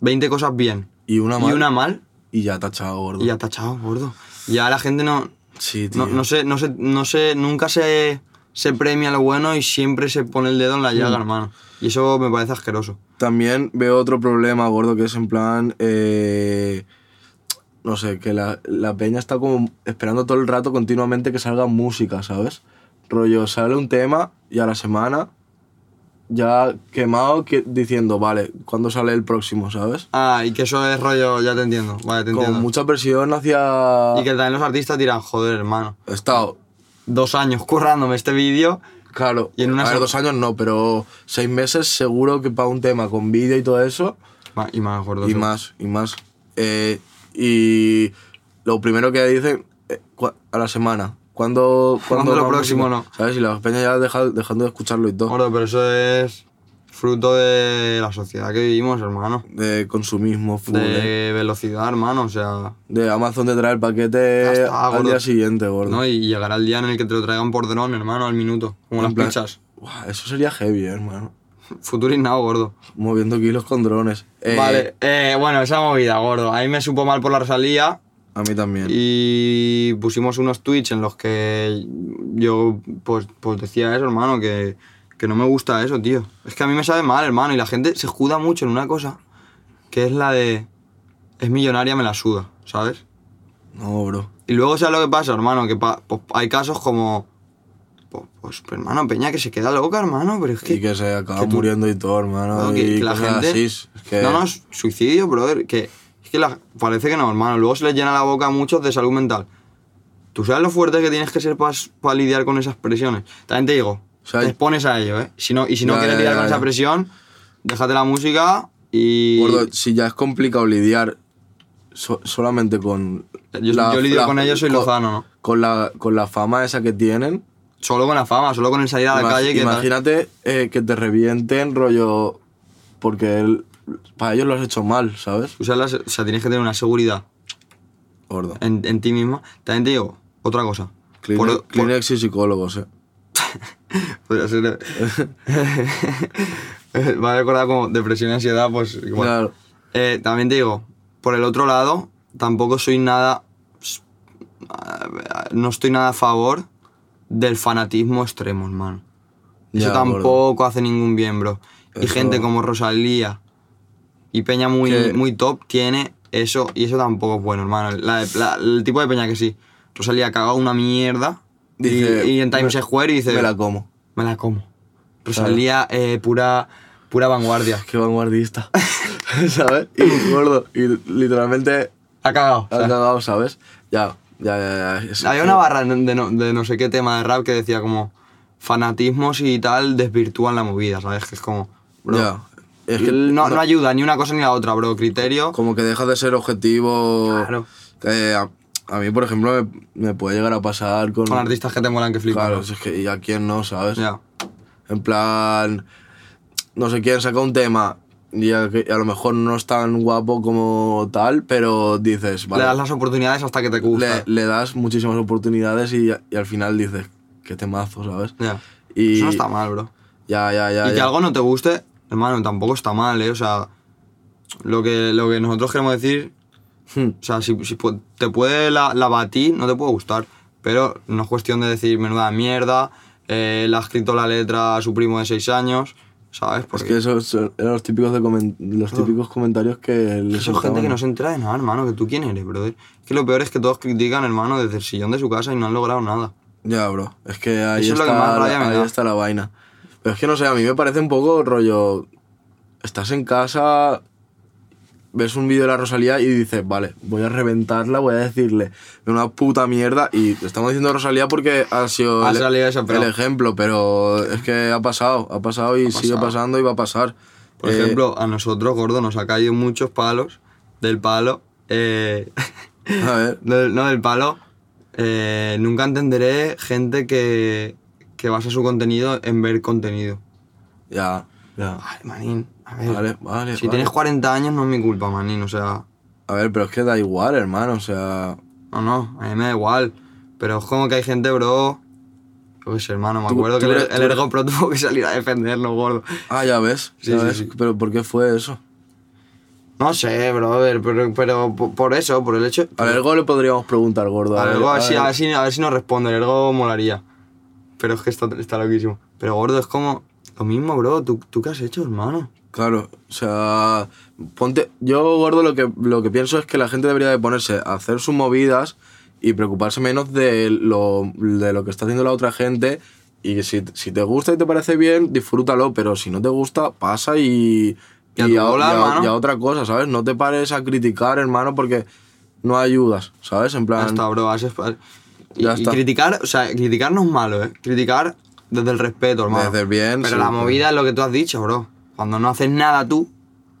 [SPEAKER 3] 20 cosas bien
[SPEAKER 2] Y una
[SPEAKER 3] y
[SPEAKER 2] mal.
[SPEAKER 3] una mal?
[SPEAKER 2] Y ya tachado, gordo.
[SPEAKER 3] Y ya tachado, gordo. Ya la gente no.
[SPEAKER 2] Sí, tío.
[SPEAKER 3] No, no sé, no sé, no sé, nunca se, se premia lo bueno y siempre se pone el dedo en la
[SPEAKER 2] Mm.
[SPEAKER 3] llaga, hermano. Y eso me parece asqueroso.
[SPEAKER 2] También veo otro problema, gordo, que es en plan. eh, no sé, que la, la peña está como esperando todo el rato continuamente que salga música, ¿sabes? Rollo, sale un tema y a la semana ya quemado que- diciendo, vale, ¿cuándo sale el próximo, ¿sabes?
[SPEAKER 3] Ah, y que eso es rollo, ya te entiendo. Vale, te
[SPEAKER 2] Con
[SPEAKER 3] entiendo.
[SPEAKER 2] mucha presión hacia.
[SPEAKER 3] Y que también los artistas dirán, joder, hermano,
[SPEAKER 2] He estado,
[SPEAKER 3] dos años <laughs> currándome este vídeo.
[SPEAKER 2] claro.
[SPEAKER 3] Y en una
[SPEAKER 2] a ver,
[SPEAKER 3] se-
[SPEAKER 2] dos años no, pero seis meses seguro que para un tema con vídeo y todo eso.
[SPEAKER 3] Va, Y más gordo.
[SPEAKER 2] Y más, y más. Eh, y lo primero que dicen eh, cua- a la semana. ¿Cuándo,
[SPEAKER 3] ¿Cuándo lo
[SPEAKER 2] más
[SPEAKER 3] próximo
[SPEAKER 2] música? ¿Sabes? Y la peña ya deja- dejando de escucharlo y todo.
[SPEAKER 3] Gordo, pero eso es fruto de la sociedad que vivimos, hermano.
[SPEAKER 2] De consumismo, full, eh.
[SPEAKER 3] De velocidad, hermano, o sea.
[SPEAKER 2] de, Amazon te trae el paquete
[SPEAKER 3] Ya está,
[SPEAKER 2] al
[SPEAKER 3] gordo.
[SPEAKER 2] día siguiente, gordo.
[SPEAKER 3] ¿no? Y llegará el día en el que te lo traigan por dron, hermano, al minuto. Como
[SPEAKER 2] En
[SPEAKER 3] las
[SPEAKER 2] plan-
[SPEAKER 3] pizzas.
[SPEAKER 2] Buah, eso sería heavy, eh, hermano.
[SPEAKER 3] Futuris now, gordo.
[SPEAKER 2] Moviendo kilos con drones. Eh,
[SPEAKER 3] Vale, eh, bueno, esa movida, gordo. A mí me supo mal por la Rosalía
[SPEAKER 2] A mí también.
[SPEAKER 3] y pusimos unos tweets en los que yo pues, pues decía eso, hermano, que, que no me gusta eso, tío. Es que a mí me sabe mal, hermano, y la gente se escuda mucho en una cosa, que es la de... Es millonaria, me la suda, ¿sabes?
[SPEAKER 2] No, bro.
[SPEAKER 3] Y luego, ¿sabes lo que pasa, hermano? Que pa- pues, hay casos como... Pues, pues, hermano, Peña, que se queda loca, hermano, pero es que...
[SPEAKER 2] Y que se acaba
[SPEAKER 3] que tú-
[SPEAKER 2] muriendo y todo, hermano.
[SPEAKER 3] Claro, que,
[SPEAKER 2] y
[SPEAKER 3] que la
[SPEAKER 2] cosas
[SPEAKER 3] gente.
[SPEAKER 2] así. Es que-
[SPEAKER 3] No, no, es suicidio, brother. Que, es que la- parece que no, hermano. Luego se les llena la boca a muchos de salud mental. Tú sabes lo fuerte que tienes que ser para lidiar con esas presiones. También te digo,
[SPEAKER 2] O sea,
[SPEAKER 3] te expones a ello, ¿eh? Si no, y si no
[SPEAKER 2] Ya,
[SPEAKER 3] quieres
[SPEAKER 2] ya,
[SPEAKER 3] lidiar
[SPEAKER 2] ya,
[SPEAKER 3] con
[SPEAKER 2] ya.
[SPEAKER 3] esa presión, déjate la música y.
[SPEAKER 2] Gordo, si ya es complicado lidiar so- solamente con.
[SPEAKER 3] Yo- yo lidio con ellos, soy
[SPEAKER 2] con-
[SPEAKER 3] Lozano, ¿no?
[SPEAKER 2] Con la, con la fama esa que tienen.
[SPEAKER 3] Solo con la fama, solo con el salir a la
[SPEAKER 2] Ima-
[SPEAKER 3] calle. Que
[SPEAKER 2] imagínate eh, que te revienten, rollo. Porque él- para ellos lo has hecho mal, ¿sabes?
[SPEAKER 3] tal. Tú sabes la se- o sea, tienes que tener una seguridad
[SPEAKER 2] Gordo.
[SPEAKER 3] en, en ti misma. También te digo, otra cosa.
[SPEAKER 2] Cline-
[SPEAKER 3] Eh, Por- por-
[SPEAKER 2] Kleenex y psicólogos, eh. <laughs>
[SPEAKER 3] Podría <laughs> ser. Me a recordar como depresión y ansiedad, pues igual.
[SPEAKER 2] Claro.
[SPEAKER 3] Eh, también te digo, por el otro lado, tampoco soy nada. s- a- No estoy nada a favor del fanatismo extremo, hermano. Eso
[SPEAKER 2] Ya, gordo.
[SPEAKER 3] tampoco hace ningún bien, bro. Y
[SPEAKER 2] Eso-
[SPEAKER 3] gente como Rosalía y Peña muy,
[SPEAKER 2] Que-
[SPEAKER 3] muy top tiene eso, y eso tampoco es bueno, hermano. La de- la- el tipo de Peña que sí. Rosalía caga una mierda. y-
[SPEAKER 2] Dice,
[SPEAKER 3] y, en Times
[SPEAKER 2] me-
[SPEAKER 3] Square y dice.
[SPEAKER 2] Me la como.
[SPEAKER 3] Me la como. Rosalía, eh, pura, pura vanguardia.
[SPEAKER 2] Qué
[SPEAKER 3] <laughs>
[SPEAKER 2] vanguardista. <laughs> ¿Sabes? Y gordo. Y literalmente
[SPEAKER 3] Ha cagado.
[SPEAKER 2] has cagado, ¿sabes? Ya, ya, ya. ya, es-
[SPEAKER 3] Había una barra de no, de no sé qué tema de rap que decía como fanatismos y tal desvirtúan la movida, ¿sabes? Que es como. Bro,
[SPEAKER 2] Ya. Es que
[SPEAKER 3] no, no ayuda ni una cosa ni la otra, bro. Criterio.
[SPEAKER 2] Como que dejas de ser objetivo.
[SPEAKER 3] Claro.
[SPEAKER 2] Eh, a, a mí, por ejemplo, me, me puede llegar a pasar con.
[SPEAKER 3] Con artistas que te molan que flipas.
[SPEAKER 2] Claro,
[SPEAKER 3] bro.
[SPEAKER 2] si es que, ¿y a quién no, sabes?
[SPEAKER 3] Ya.
[SPEAKER 2] En plan, no sé quién saca un tema y a, que- a lo mejor no es tan guapo como tal, pero dices, vale,
[SPEAKER 3] Le das las oportunidades hasta que te
[SPEAKER 2] le-
[SPEAKER 3] gusta.
[SPEAKER 2] le das muchísimas oportunidades y, y al final dices, qué temazo, ¿sabes?
[SPEAKER 3] Ya.
[SPEAKER 2] Y
[SPEAKER 3] Eso no está mal, bro.
[SPEAKER 2] Ya, ya, ya.
[SPEAKER 3] y que
[SPEAKER 2] ya.
[SPEAKER 3] algo no te guste, hermano, tampoco está mal, ¿eh? O sea, lo que, lo que nosotros queremos decir,
[SPEAKER 2] Hmm.
[SPEAKER 3] o sea, si, si pu- te puede la, la batir, no te puede gustar, pero no es cuestión de decir menuda mierda, eh, le ha escrito la letra a su primo de 6 años, ¿sabes?
[SPEAKER 2] Es
[SPEAKER 3] Porque
[SPEAKER 2] que esos son- eran los típicos, de comen- los típicos comentarios que les
[SPEAKER 3] son gente
[SPEAKER 2] soltaban.
[SPEAKER 3] que no se entera de nada, hermano, que tú quién eres, brother. Es que lo peor es que todos critican, hermano, desde el sillón de su casa y no han logrado nada.
[SPEAKER 2] Ya, bro. Es que ahí,
[SPEAKER 3] Eso es lo
[SPEAKER 2] está,
[SPEAKER 3] que más rabia me
[SPEAKER 2] ahí
[SPEAKER 3] da.
[SPEAKER 2] está la vaina. Pero es que no sé, a mí me parece un poco rollo. Estás en casa, ves un vídeo de la Rosalía y dices, vale, voy a reventarla, voy a decirle una puta mierda. Y estamos diciendo Rosalía porque ha sido
[SPEAKER 3] Ha
[SPEAKER 2] el, e-
[SPEAKER 3] salido esa, pero-
[SPEAKER 2] el ejemplo, pero es que ha pasado, ha pasado y sigue
[SPEAKER 3] pasado.
[SPEAKER 2] pasando y va a pasar.
[SPEAKER 3] Por
[SPEAKER 2] Eh,
[SPEAKER 3] ejemplo, a nosotros, gordo, nos ha caído muchos palos del palo. eh,
[SPEAKER 2] <laughs>
[SPEAKER 3] <laughs>
[SPEAKER 2] A ver.
[SPEAKER 3] Del- no, del palo. eh, nunca entenderé gente que, que basa su contenido en ver contenido.
[SPEAKER 2] Ya, ya.
[SPEAKER 3] Vale, manín. A ver.
[SPEAKER 2] Vale, vale.
[SPEAKER 3] si
[SPEAKER 2] vale.
[SPEAKER 3] tienes 40 años no es mi culpa, manín. O sea,
[SPEAKER 2] A ver, pero es que da igual, hermano, o sea.
[SPEAKER 3] no, no, a mí me da igual. Pero es como que hay gente, bro. Yo qué sé, hermano, me
[SPEAKER 2] Tú-
[SPEAKER 3] acuerdo
[SPEAKER 2] tú
[SPEAKER 3] que
[SPEAKER 2] eres-
[SPEAKER 3] el,
[SPEAKER 2] tú
[SPEAKER 3] el
[SPEAKER 2] eres-
[SPEAKER 3] Ergo Pro <laughs> tuvo que salir a defenderlo, gordo.
[SPEAKER 2] Ah, ya ves.
[SPEAKER 3] Sí,
[SPEAKER 2] ya
[SPEAKER 3] sí,
[SPEAKER 2] ves.
[SPEAKER 3] sí.
[SPEAKER 2] Pero ¿por qué fue eso?
[SPEAKER 3] No sé, brother, pero, pero po- por eso, por el hecho.
[SPEAKER 2] Al ergo le podríamos preguntar, gordo.
[SPEAKER 3] Al Ergo,
[SPEAKER 2] ver,
[SPEAKER 3] así,
[SPEAKER 2] ver.
[SPEAKER 3] a, ver si, a ver si nos responde. El Ergo molaría. Pero es que está, está loquísimo. Pero gordo, es como lo mismo, bro. ¿Tú, tú qué has hecho, hermano?
[SPEAKER 2] Claro, o sea, ponte, yo gordo lo que, lo que pienso es que la gente debería de ponerse a hacer sus movidas y preocuparse menos de lo, de lo que está haciendo la otra gente y que si, si te gusta y te parece bien, disfrútalo, pero si no te gusta, pasa y,
[SPEAKER 3] Y a tu bola,
[SPEAKER 2] y
[SPEAKER 3] hermano.
[SPEAKER 2] y a otra cosa, ¿sabes? No te pares a criticar, hermano, porque no ayudas, ¿sabes? En plan...
[SPEAKER 3] Ya está, bro. has esp- Y,
[SPEAKER 2] Ya
[SPEAKER 3] y
[SPEAKER 2] está.
[SPEAKER 3] criticar, o sea, criticar no es malo, ¿eh? Criticar desde el respeto, hermano.
[SPEAKER 2] Desde el bien,
[SPEAKER 3] Pero
[SPEAKER 2] sí,
[SPEAKER 3] la
[SPEAKER 2] pero-
[SPEAKER 3] movida es lo que tú has dicho, bro. Cuando no haces nada tú,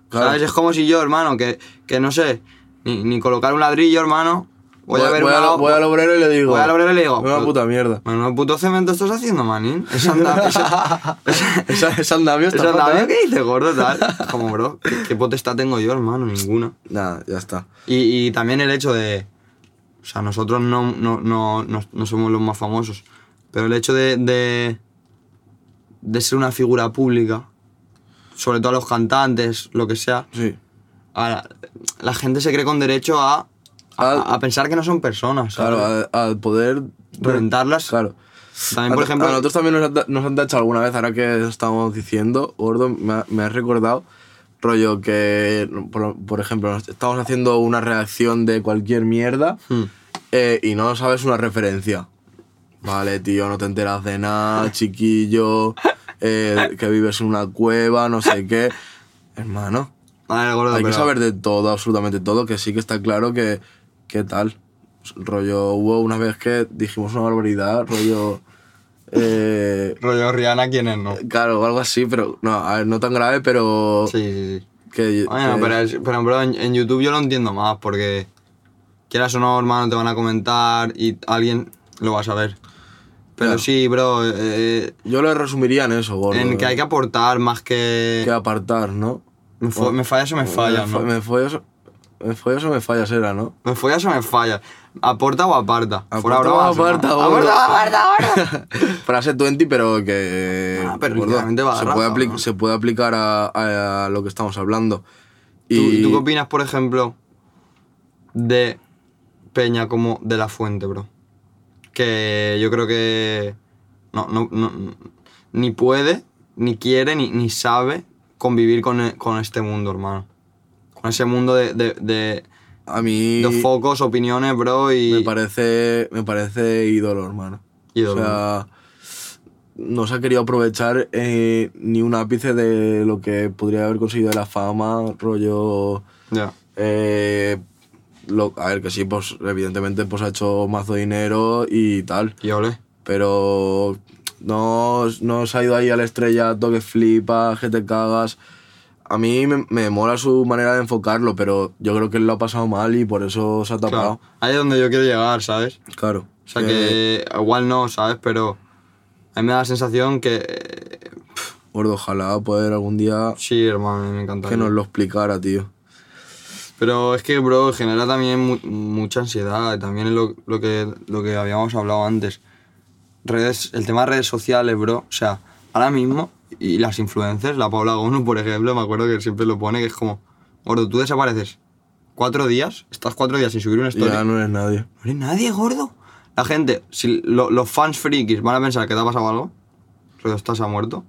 [SPEAKER 2] Claro.
[SPEAKER 3] ¿sabes? Es como si yo, hermano, que, que no sé, ni, ni colocar un ladrillo, hermano. Voy, a ver
[SPEAKER 2] voy,
[SPEAKER 3] una-
[SPEAKER 2] al- voy al obrero y le digo...
[SPEAKER 3] voy al obrero y le digo,
[SPEAKER 2] Una
[SPEAKER 3] pues-
[SPEAKER 2] puta
[SPEAKER 3] <laughs>
[SPEAKER 2] mierda.
[SPEAKER 3] Menudo puto cemento estás haciendo, manín.
[SPEAKER 2] <laughs>
[SPEAKER 3] Es anda- esa- esa-
[SPEAKER 2] Esa, esa andamio está
[SPEAKER 3] Eso
[SPEAKER 2] fatal. ¿eh?
[SPEAKER 3] también que dices,
[SPEAKER 2] <laughs>
[SPEAKER 3] gordo, tal. Como, bro, ¿qué, qué potestad tengo yo, hermano? Ninguna.
[SPEAKER 2] Nada, ya está.
[SPEAKER 3] Y, y también el hecho de. O sea, nosotros no, no, no, no, no somos los más famosos. Pero el hecho de, de. de ser una figura pública, sobre todo a los cantantes, lo que sea,
[SPEAKER 2] Sí.
[SPEAKER 3] a la, la gente se cree con derecho a. a,
[SPEAKER 2] Al-
[SPEAKER 3] a pensar que no son personas. ¿sabes?
[SPEAKER 2] Claro, al, al poder
[SPEAKER 3] Reventarlas.
[SPEAKER 2] Claro.
[SPEAKER 3] También, por
[SPEAKER 2] A-
[SPEAKER 3] ejemplo.
[SPEAKER 2] A nosotros también nos, han da- nos han tachado alguna vez, ahora que estamos diciendo, gordo, me, ha- me has recordado, rollo, que, por, por ejemplo, nos- estamos haciendo una reacción de cualquier mierda
[SPEAKER 3] Hmm.
[SPEAKER 2] eh, y no sabes una referencia. Vale, tío, no te enteras de
[SPEAKER 3] <laughs>
[SPEAKER 2] nada, chiquillo, eh, que vives en una cueva, no sé qué. Hermano,
[SPEAKER 3] A ver, gordo,
[SPEAKER 2] Hay que
[SPEAKER 3] pero-
[SPEAKER 2] saber de todo, absolutamente todo, que sí que está claro que, que tal. Rollo, hubo una vez que dijimos una barbaridad,
[SPEAKER 3] <laughs>
[SPEAKER 2] rollo... eh,
[SPEAKER 3] Rollo Rihanna, ¿quién es, no?
[SPEAKER 2] claro, algo así, pero no, a ver, no tan grave, pero...
[SPEAKER 3] Sí, sí, sí.
[SPEAKER 2] Que,
[SPEAKER 3] Bueno,
[SPEAKER 2] que-
[SPEAKER 3] pero, es- pero, bro, en, en YouTube yo lo entiendo más porque quieras o no, hermano, te van a comentar y alguien lo va a saber. Pero
[SPEAKER 2] Claro.
[SPEAKER 3] sí, bro, eh,
[SPEAKER 2] Yo lo resumiría en eso, gordo.
[SPEAKER 3] en que hay que aportar más que...
[SPEAKER 2] que apartar, ¿no?
[SPEAKER 3] me, fo- me fallas o me fallas,
[SPEAKER 2] me,
[SPEAKER 3] ¿no?
[SPEAKER 2] me follas- me follas o me fallas era,
[SPEAKER 3] <laughs>
[SPEAKER 2] ¿no?
[SPEAKER 3] Me follas o me fallas. Aporta o aparta.
[SPEAKER 2] Aporta
[SPEAKER 3] Fuera
[SPEAKER 2] o
[SPEAKER 3] bromas, hermano.
[SPEAKER 2] aparta, gordo.
[SPEAKER 3] Aporta o aparta, aparta.
[SPEAKER 2] <laughs> Frase 20, pero que.
[SPEAKER 3] Ah, pero literalmente va a
[SPEAKER 2] se,
[SPEAKER 3] dar
[SPEAKER 2] puede
[SPEAKER 3] razón,
[SPEAKER 2] apli-
[SPEAKER 3] ¿no?
[SPEAKER 2] se puede aplicar a, a- a lo que estamos hablando.
[SPEAKER 3] ¿Tú,
[SPEAKER 2] Y
[SPEAKER 3] tú qué opinas, por ejemplo, de Peña como de la Fuente, bro? Que yo creo que no, no, no- ni puede, ni quiere, ni, ni sabe convivir con, e- con este mundo, hermano. Con ese mundo de, de, de-
[SPEAKER 2] a mí.
[SPEAKER 3] de focos, opiniones, bro, y...
[SPEAKER 2] Me parece, me parece ídolo, hermano.
[SPEAKER 3] Ídolo.
[SPEAKER 2] O sea, no se ha querido aprovechar eh, ni un ápice de lo que podría haber conseguido de la fama, rollo...
[SPEAKER 3] Ya.
[SPEAKER 2] eh, lo- a ver, que sí, pues evidentemente pues, ha hecho mazo dinero y tal,
[SPEAKER 3] Y ole.
[SPEAKER 2] pero No, os- no os ha ido ahí al estrellato que flipas, que te cagas. A mí me, me mola su manera de enfocarlo, pero yo creo que él lo ha pasado mal y por eso se ha
[SPEAKER 3] Claro.
[SPEAKER 2] tapado.
[SPEAKER 3] Ahí es donde yo quiero llegar, ¿sabes?
[SPEAKER 2] Claro. Eh,
[SPEAKER 3] O sea que igual no, ¿sabes? Pero a mí me da la sensación que... eh,
[SPEAKER 2] Gordo, ojalá poder algún día
[SPEAKER 3] Sí, hermano, me encanta.
[SPEAKER 2] que nos lo explicara, tío.
[SPEAKER 3] Pero es que, bro, genera también mu- mucha ansiedad. También es lo, lo que, lo que habíamos hablado antes. Redes, el tema de redes sociales, bro. O sea, ahora mismo, y las influencers, la Paula Gonu, por ejemplo, me acuerdo que siempre lo pone, que es como, gordo, tú desapareces cuatro días, estás cuatro días sin subir una
[SPEAKER 2] Y
[SPEAKER 3] story.
[SPEAKER 2] ya no eres nadie.
[SPEAKER 3] No eres nadie, gordo. La gente, si lo- los fans frikis van a pensar que te ha pasado algo, que estás
[SPEAKER 2] <laughs>
[SPEAKER 3] ha muerto.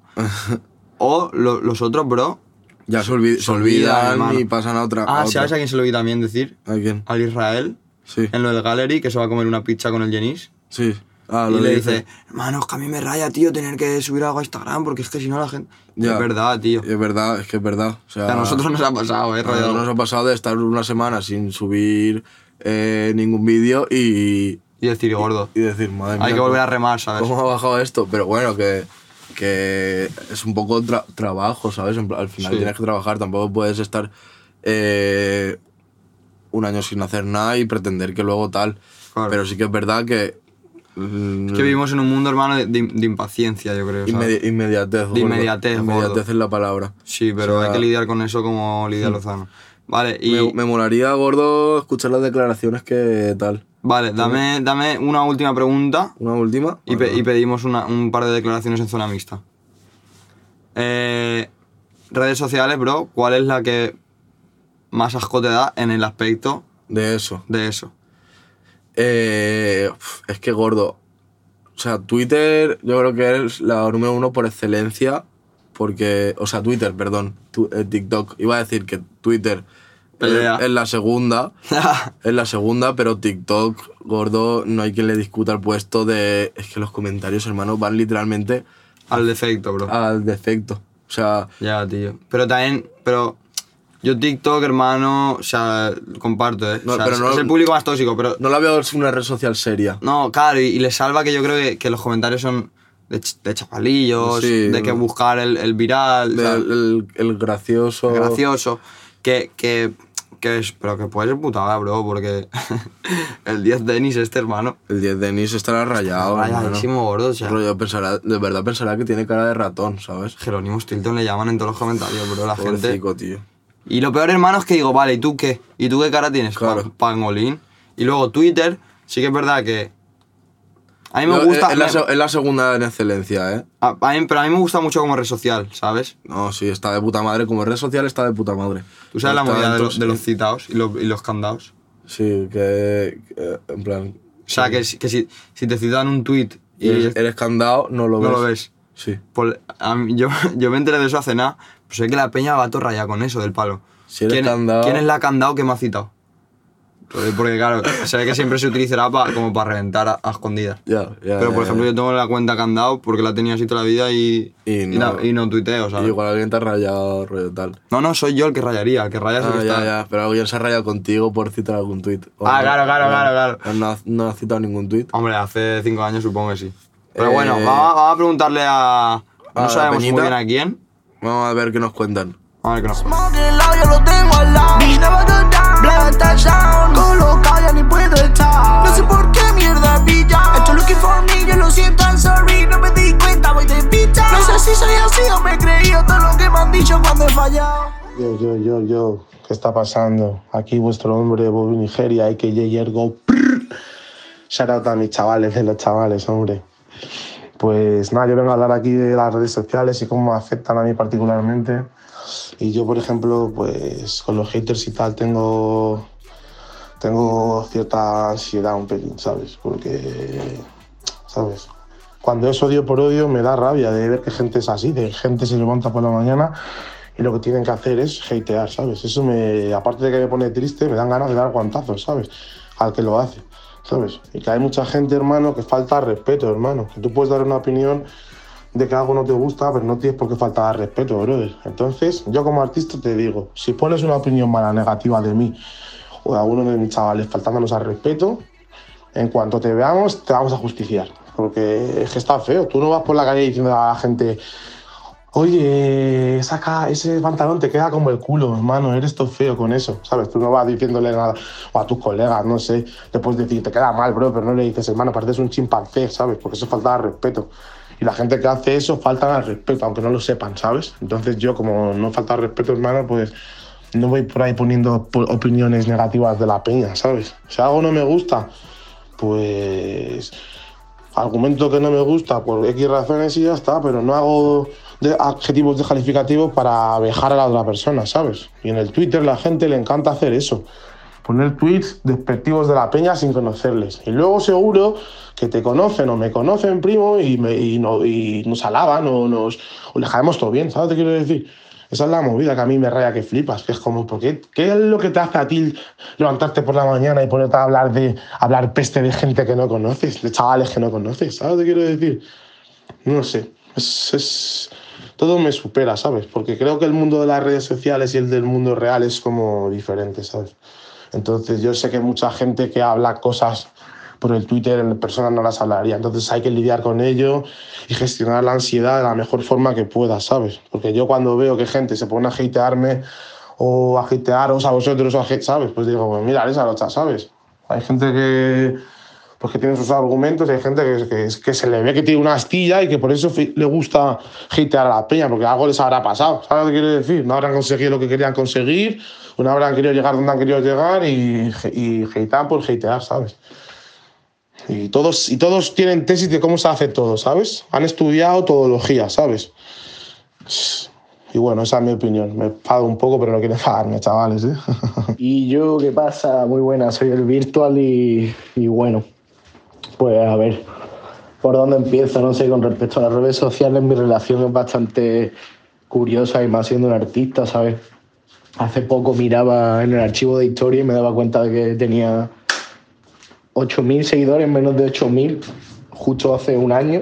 [SPEAKER 3] o lo- los otros, bro.
[SPEAKER 2] Ya se, olvi-
[SPEAKER 3] Se
[SPEAKER 2] se olvidan
[SPEAKER 3] olvidan,
[SPEAKER 2] y
[SPEAKER 3] hermano.
[SPEAKER 2] pasan a otra.
[SPEAKER 3] Ah,
[SPEAKER 2] otra.
[SPEAKER 3] ¿sabes a quién se lo vi también decir?
[SPEAKER 2] ¿A quién?
[SPEAKER 3] Al Israel,
[SPEAKER 2] Sí.
[SPEAKER 3] en lo del Gallery, que se va a comer una pizza con el Jenis.
[SPEAKER 2] Sí. Ah,
[SPEAKER 3] y
[SPEAKER 2] lo
[SPEAKER 3] le
[SPEAKER 2] que
[SPEAKER 3] dice, hermano, es que a mí me raya, tío, tener que subir algo a Instagram, porque es que si no la gente...
[SPEAKER 2] Ya.
[SPEAKER 3] Es verdad, tío.
[SPEAKER 2] Es verdad, es que es verdad. O sea,
[SPEAKER 3] O sea, a nosotros nos ha pasado, ¿eh?
[SPEAKER 2] a nosotros
[SPEAKER 3] rayado.
[SPEAKER 2] nos ha pasado de estar una semana sin subir eh, ningún vídeo y,
[SPEAKER 3] Y decir, gordo,
[SPEAKER 2] y decir, madre mía.
[SPEAKER 3] hay que volver a remar, ¿sabes?
[SPEAKER 2] ¿Cómo ha bajado esto? Pero bueno, que, que es un poco tra- trabajo, ¿sabes? En pla- Al final
[SPEAKER 3] Sí.
[SPEAKER 2] tienes que trabajar, tampoco puedes estar eh, un año sin hacer nada y pretender que luego tal.
[SPEAKER 3] Claro.
[SPEAKER 2] Pero sí que es verdad que. mm,
[SPEAKER 3] Es que vivimos en un mundo, hermano, de, de- de impaciencia, yo creo. ¿sabes?
[SPEAKER 2] inmedi- inmediatez. gordo.
[SPEAKER 3] inmediatez, gordo.
[SPEAKER 2] Inmediatez es la palabra.
[SPEAKER 3] Sí,
[SPEAKER 2] O
[SPEAKER 3] pero
[SPEAKER 2] sea, mm.
[SPEAKER 3] hay que lidiar con eso como lidia Lozano. Vale, y...
[SPEAKER 2] Me, me molaría, gordo, escuchar las declaraciones que tal.
[SPEAKER 3] Vale, dame, dame una última pregunta
[SPEAKER 2] Una última.
[SPEAKER 3] y, pe- y pedimos una- un par de declaraciones en zona mixta. Eh, redes sociales, bro, ¿cuál es la que más asco te da en el aspecto
[SPEAKER 2] De eso.
[SPEAKER 3] de eso?
[SPEAKER 2] Eh, uf, es que gordo. O sea, Twitter yo creo que es la número uno por excelencia. Porque. O sea, Twitter, perdón. tu- eh, TikTok. Iba a decir que Twitter es,
[SPEAKER 3] Pelea.
[SPEAKER 2] es la <laughs> segunda. Es la segunda, pero TikTok, gordo, no hay quien le discuta el puesto de. Es que los comentarios, hermano, van literalmente
[SPEAKER 3] Al defecto, bro.
[SPEAKER 2] al defecto. O sea,
[SPEAKER 3] Ya, tío. Pero también, pero yo TikTok, hermano, o sea, comparto, ¿eh?
[SPEAKER 2] No,
[SPEAKER 3] O sea,
[SPEAKER 2] pero
[SPEAKER 3] es,
[SPEAKER 2] no-
[SPEAKER 3] es el público más tóxico, pero...
[SPEAKER 2] no la veo es una red social seria.
[SPEAKER 3] No, claro, y, y les salva que yo creo que, que los comentarios son de, ch- de chavalillos,
[SPEAKER 2] Sí,
[SPEAKER 3] de que
[SPEAKER 2] no.
[SPEAKER 3] buscar el, el viral,
[SPEAKER 2] El,
[SPEAKER 3] ¿sabes?
[SPEAKER 2] el- el gracioso.
[SPEAKER 3] gracioso, que, que, que es, pero que puede ser putada, bro, porque <laughs> el 10 Denis este hermano,
[SPEAKER 2] El 10 de Denis estará rayado. hermano.
[SPEAKER 3] rayadísimo gordo, o sea,
[SPEAKER 2] Rollo, pensará, de verdad pensará que tiene cara de ratón, ¿sabes?
[SPEAKER 3] Jerónimo Stilton le llaman en todos los comentarios, bro, la gente.
[SPEAKER 2] Pobrecito, tío.
[SPEAKER 3] Y lo peor, hermano, es que digo, vale, ¿y tú qué? ¿Y tú qué cara tienes? Pa-
[SPEAKER 2] Claro.
[SPEAKER 3] Pangolín. Y luego Twitter, sí que es verdad que... A mí me
[SPEAKER 2] Yo-
[SPEAKER 3] gusta...
[SPEAKER 2] eh, Es, es la,
[SPEAKER 3] me-
[SPEAKER 2] se- es la segunda en excelencia, ¿eh?
[SPEAKER 3] a- a mí- pero a mí me gusta mucho como red social, ¿sabes?
[SPEAKER 2] No, sí, está de puta madre. Como red social está de puta madre.
[SPEAKER 3] Tú sabes la
[SPEAKER 2] Está
[SPEAKER 3] movida de,
[SPEAKER 2] dentro-
[SPEAKER 3] los- de los citados y los, y los candados.
[SPEAKER 2] Sí, que. que, en plan.
[SPEAKER 3] O sea, que, si- que si, si te citan un tweet y
[SPEAKER 2] Y eres, eres candado, no lo
[SPEAKER 3] no
[SPEAKER 2] ves.
[SPEAKER 3] lo ves,
[SPEAKER 2] Sí.
[SPEAKER 3] Por- Pues, a mí- yo, <laughs> yo me enteré de eso hace nada. Pues es que la peña va todo raya con eso del palo.
[SPEAKER 2] Si eres
[SPEAKER 3] ¿Quién,
[SPEAKER 2] candado-
[SPEAKER 3] quién es la candado que me ha citado? Pues Porque claro, <laughs> se ve que siempre se utilizará pa- como para reventar a, a escondidas.
[SPEAKER 2] Ya, ya.
[SPEAKER 3] Pero por
[SPEAKER 2] ya,
[SPEAKER 3] ejemplo
[SPEAKER 2] ya.
[SPEAKER 3] yo tengo la cuenta candado porque la tenía así toda la vida y,
[SPEAKER 2] Y
[SPEAKER 3] na-
[SPEAKER 2] no-
[SPEAKER 3] y no tuiteo, ¿sabes?
[SPEAKER 2] Y igual alguien te ha rayado, rollo tal.
[SPEAKER 3] No, no, soy yo el que rayaría, el que raya es el
[SPEAKER 2] Ah,
[SPEAKER 3] que
[SPEAKER 2] ya,
[SPEAKER 3] está-
[SPEAKER 2] ya. Pero alguien se ha rayado contigo por citar algún tweet. O
[SPEAKER 3] Ah,
[SPEAKER 2] no-
[SPEAKER 3] claro, claro,
[SPEAKER 2] o no-
[SPEAKER 3] claro, claro.
[SPEAKER 2] o No, ha- no has citado ningún tweet.
[SPEAKER 3] Hombre, hace cinco años supongo que sí. Pero
[SPEAKER 2] Eh,
[SPEAKER 3] bueno, vamos, a- vamos a preguntarle a...
[SPEAKER 2] a
[SPEAKER 3] No
[SPEAKER 2] la
[SPEAKER 3] sabemos muy
[SPEAKER 2] peñita.
[SPEAKER 3] bien a quién.
[SPEAKER 2] Vamos a ver qué nos cuentan.
[SPEAKER 3] A ver que nos...
[SPEAKER 4] Smoking loud, yo lo tengo al lado. Never go down, blast that sound. Colocado, ya ni puedo estar. No sé por qué mierda pilla. Esto looking for me, yo lo siento, I'm sorry. No me di cuenta, voy de pizza. No sé si soy así o me he creído todo lo que me han dicho cuando he fallado.
[SPEAKER 5] Yo, yo, yo, yo, ¿qué está pasando? Aquí vuestro hombre, Bobby Nigeria, hay que Ergo. prrr. Shout out a mis chavales, de los chavales, hombre. Pues nada, yo vengo a hablar aquí de las redes sociales y cómo me afectan a mí particularmente. Y yo, por ejemplo, pues con los haters y tal tengo, tengo cierta ansiedad un pelín, ¿sabes? Porque, ¿sabes? Cuando es odio por odio me da rabia de ver que gente es así, de gente se levanta por la mañana y lo que tienen que hacer es hatear, ¿sabes? Eso me, aparte de que me pone triste, me dan ganas de dar guantazos, ¿sabes? Al que lo hace, ¿sabes? Y que hay mucha gente, hermano, que falta respeto, hermano. Que tú puedes dar una opinión de que algo no te gusta, pero no tienes por qué faltar al respeto, brother. Entonces, yo como artista te digo, si pones una opinión mala, negativa de mí o de alguno de mis chavales faltándonos al respeto, en cuanto te veamos, te vamos a justiciar. porque es que está feo. Tú no vas por la calle diciendo a la gente, oye, saca ese pantalón, te queda como el culo, hermano, eres todo feo con eso, ¿sabes? Tú no vas diciéndole nada o a tus colegas, no sé, le puedes decir, te queda mal, bro, pero no le dices, hermano, pareces un chimpancé, ¿sabes? Porque eso falta de respeto. Y la gente que hace eso faltan al respeto, aunque no lo sepan, ¿sabes? Entonces yo, como no falta al respeto, hermano, pues no voy por ahí poniendo po- opiniones negativas de la peña, ¿sabes? Si algo no me gusta, pues argumento que no me gusta por X razones y ya está, pero no hago de- adjetivos descalificativos para vejar a la otra persona, ¿sabes? Y en el Twitter la gente le encanta hacer eso. Poner tweets despectivos de la peña sin conocerles. Y luego seguro que te conocen o me conocen, primo, y, me- y no- y nos alaban o nos o les caemos todo bien, ¿sabes? Te quiero decir. Esa es la movida que a mí me raya que flipas, que es como, ¿por qué, ¿qué es lo que te hace a ti levantarte por la mañana y ponerte a hablar de hablar peste de gente que no conoces, de chavales que no conoces? ¿Sabes lo que quiero decir? No sé, es, es- todo me supera, ¿sabes? Porque creo que el mundo de las redes sociales y el del mundo real es como diferente, ¿sabes? Entonces yo sé que mucha gente que habla cosas por el Twitter en persona no las hablaría. Entonces hay que lidiar con ello y gestionar la ansiedad de la mejor forma que pueda, ¿sabes? Porque yo cuando veo que gente se pone a hatearme o a hatearos a vosotros, o a hate- ¿sabes? Pues digo, pues mira, esa locha, ¿sabes? Hay gente que, pues que tiene sus argumentos, y hay gente que, que- que se le ve que tiene una astilla y que por eso fi- le gusta hatear a la peña, porque algo les habrá pasado, ¿sabes lo que quiero decir? No habrán conseguido lo que querían conseguir, o no habrán querido llegar donde han querido llegar y, y hatean por hatear, ¿sabes? Y todos, y todos tienen tesis de cómo se hace todo, ¿sabes? Han estudiado todología, ¿sabes? Y bueno, esa es mi opinión. Me pago un poco, pero no quieren pagarme, chavales, ¿eh? <laughs>
[SPEAKER 6] Y yo, ¿qué pasa? Muy buena, soy el Virtual y, y bueno, pues a ver, por dónde empiezo, no sé, con respecto a las redes sociales, mi relación es bastante curiosa y más siendo un artista, ¿sabes? Hace poco miraba en el archivo de historia y me daba cuenta de que tenía 8.000 seguidores, menos de 8.000, justo hace un año.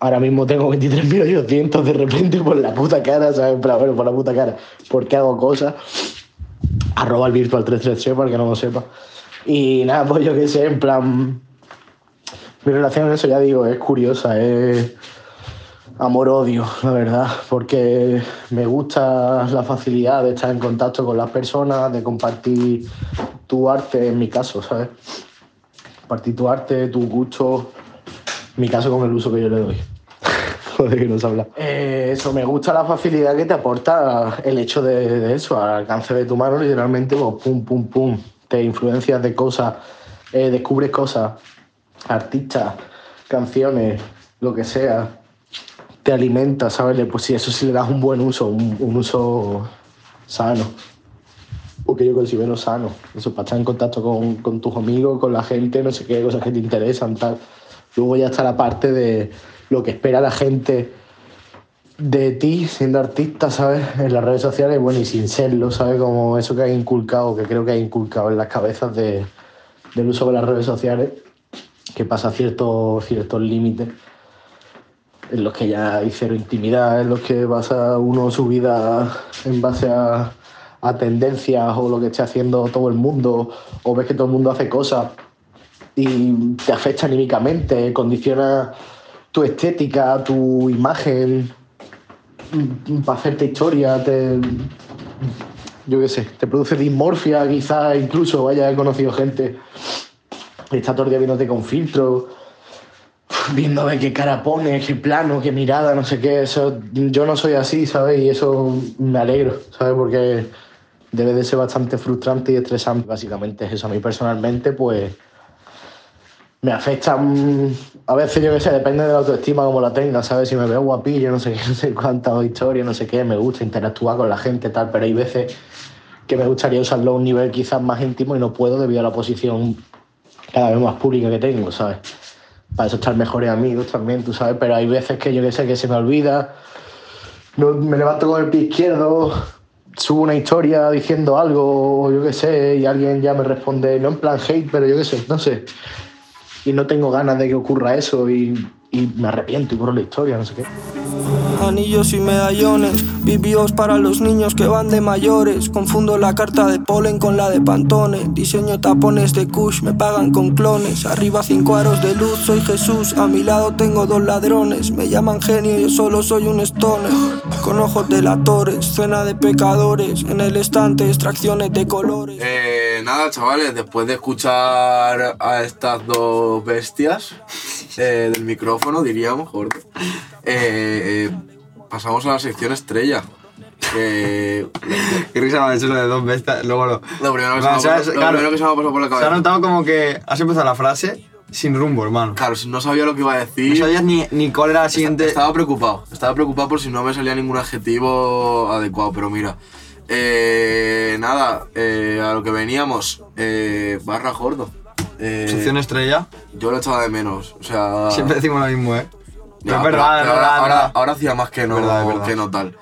[SPEAKER 6] Ahora mismo tengo 23.800 de repente por la puta cara, ¿sabes? Pero bueno, por la puta cara, porque hago cosas arroba el virtual 333 para el que no lo sepa. Y nada, pues yo qué sé, en plan. Mi relación con eso ya digo, es curiosa, es amor-odio, la verdad, porque me gusta la facilidad de estar en contacto con las personas, de compartir tu arte, en mi caso, ¿sabes? Compartir tu arte, tu gusto, en mi caso con el uso que yo le doy. <laughs> Joder, que no se habla. Eh, eso, me gusta la facilidad que te aporta el hecho de, de eso, al alcance de tu mano, literalmente, pues, pum, pum, pum. Te influencias de cosas, eh, descubres cosas, artistas, canciones, lo que sea. Te alimentas, ¿sabes? Le- Pues si eso sí le das un buen uso, un, un uso sano. O que yo considero sano. Eso, para estar en contacto con, con tus amigos, con la gente, no sé qué, cosas que te interesan, tal. Luego ya está la parte de lo que espera la gente de ti siendo artista, ¿sabes? En las redes sociales, bueno, y sin serlo, ¿sabes? Como eso que has inculcado, que creo que has inculcado en las cabezas de, del uso de las redes sociales, que pasa ciertos, ciertos límites en los que ya hay cero intimidad, en los que basa uno su vida en base a, a tendencias o lo que esté haciendo todo el mundo, o ves que todo el mundo hace cosas y te afecta anímicamente, condiciona tu estética, tu imagen, mm, para hacerte historia, te, yo qué sé, te produce dismorfia, quizás incluso, vaya, he conocido gente que está todo el día viéndote con filtro, <laughs> viendo a ver qué cara pones, qué plano, qué mirada, no sé qué, eso, yo no soy así, ¿sabes? Y eso me alegro, ¿sabes? Porque debe de ser bastante frustrante y estresante, básicamente es eso. A mí personalmente, pues me afectan a veces yo qué sé depende de la autoestima como la tenga sabes si me veo guapillo no sé qué <laughs> no sé cuántas historias no sé qué me gusta interactuar con la gente tal pero hay veces que me gustaría usarlo a un nivel quizás más íntimo y no puedo debido a la posición cada vez más pública que tengo sabes para eso estar mejores amigos también tú sabes pero hay veces que yo qué sé que se me olvida no- me levanto con el pie izquierdo, subo una historia diciendo algo, o yo qué sé, y alguien ya me responde, no en plan hate, pero yo qué sé, no sé. Y no tengo ganas de que ocurra eso y, y me arrepiento y borro la historia, no sé qué.
[SPEAKER 7] anillos y medallones, BBOs para los niños que van de mayores, confundo la carta de polen con la de pantone, diseño tapones de Kush, me pagan con clones, arriba cinco aros de luz, soy Jesús, a mi lado tengo dos ladrones, me llaman genio, yo solo soy un stoner, con ojos delatores, cena de pecadores, en el estante extracciones de colores.
[SPEAKER 2] Eh, nada, chavales, después de escuchar a estas dos
[SPEAKER 3] <laughs>
[SPEAKER 2] bestias eh, del micrófono, diríamos, Jorge, eh, eh, pasamos a la sección estrella. que
[SPEAKER 3] <laughs> Qué risa me ha hecho lo de dos bestias. Luego lo.
[SPEAKER 2] lo primero que, se, me
[SPEAKER 3] Va, <laughs>
[SPEAKER 2] ha
[SPEAKER 3] o sea,
[SPEAKER 2] pasado- lo
[SPEAKER 3] claro,
[SPEAKER 2] primero que se me ha pasado por la
[SPEAKER 3] Se ha
[SPEAKER 2] cabeza.
[SPEAKER 3] notado como que has empezado la frase sin rumbo, hermano.
[SPEAKER 2] Claro, no sabía lo que iba a decir.
[SPEAKER 3] No sabías ni, ni cuál era la siguiente.
[SPEAKER 2] Estaba preocupado, estaba preocupado por si no me salía ningún adjetivo adecuado, pero mira. Eh, nada, eh, a lo que veníamos, eh, barra gordo. Eh,
[SPEAKER 3] Sección estrella.
[SPEAKER 2] yo lo echaba de menos, o sea.
[SPEAKER 3] <laughs> Siempre decimos lo mismo, ¿eh?
[SPEAKER 2] ya,
[SPEAKER 3] Pero
[SPEAKER 2] pero-
[SPEAKER 3] es verdad,
[SPEAKER 2] pero ahora,
[SPEAKER 3] es verdad,
[SPEAKER 2] ahora-
[SPEAKER 3] es verdad.
[SPEAKER 2] ahora hacía más que no,
[SPEAKER 3] Es verdad, es verdad.
[SPEAKER 2] que no tal.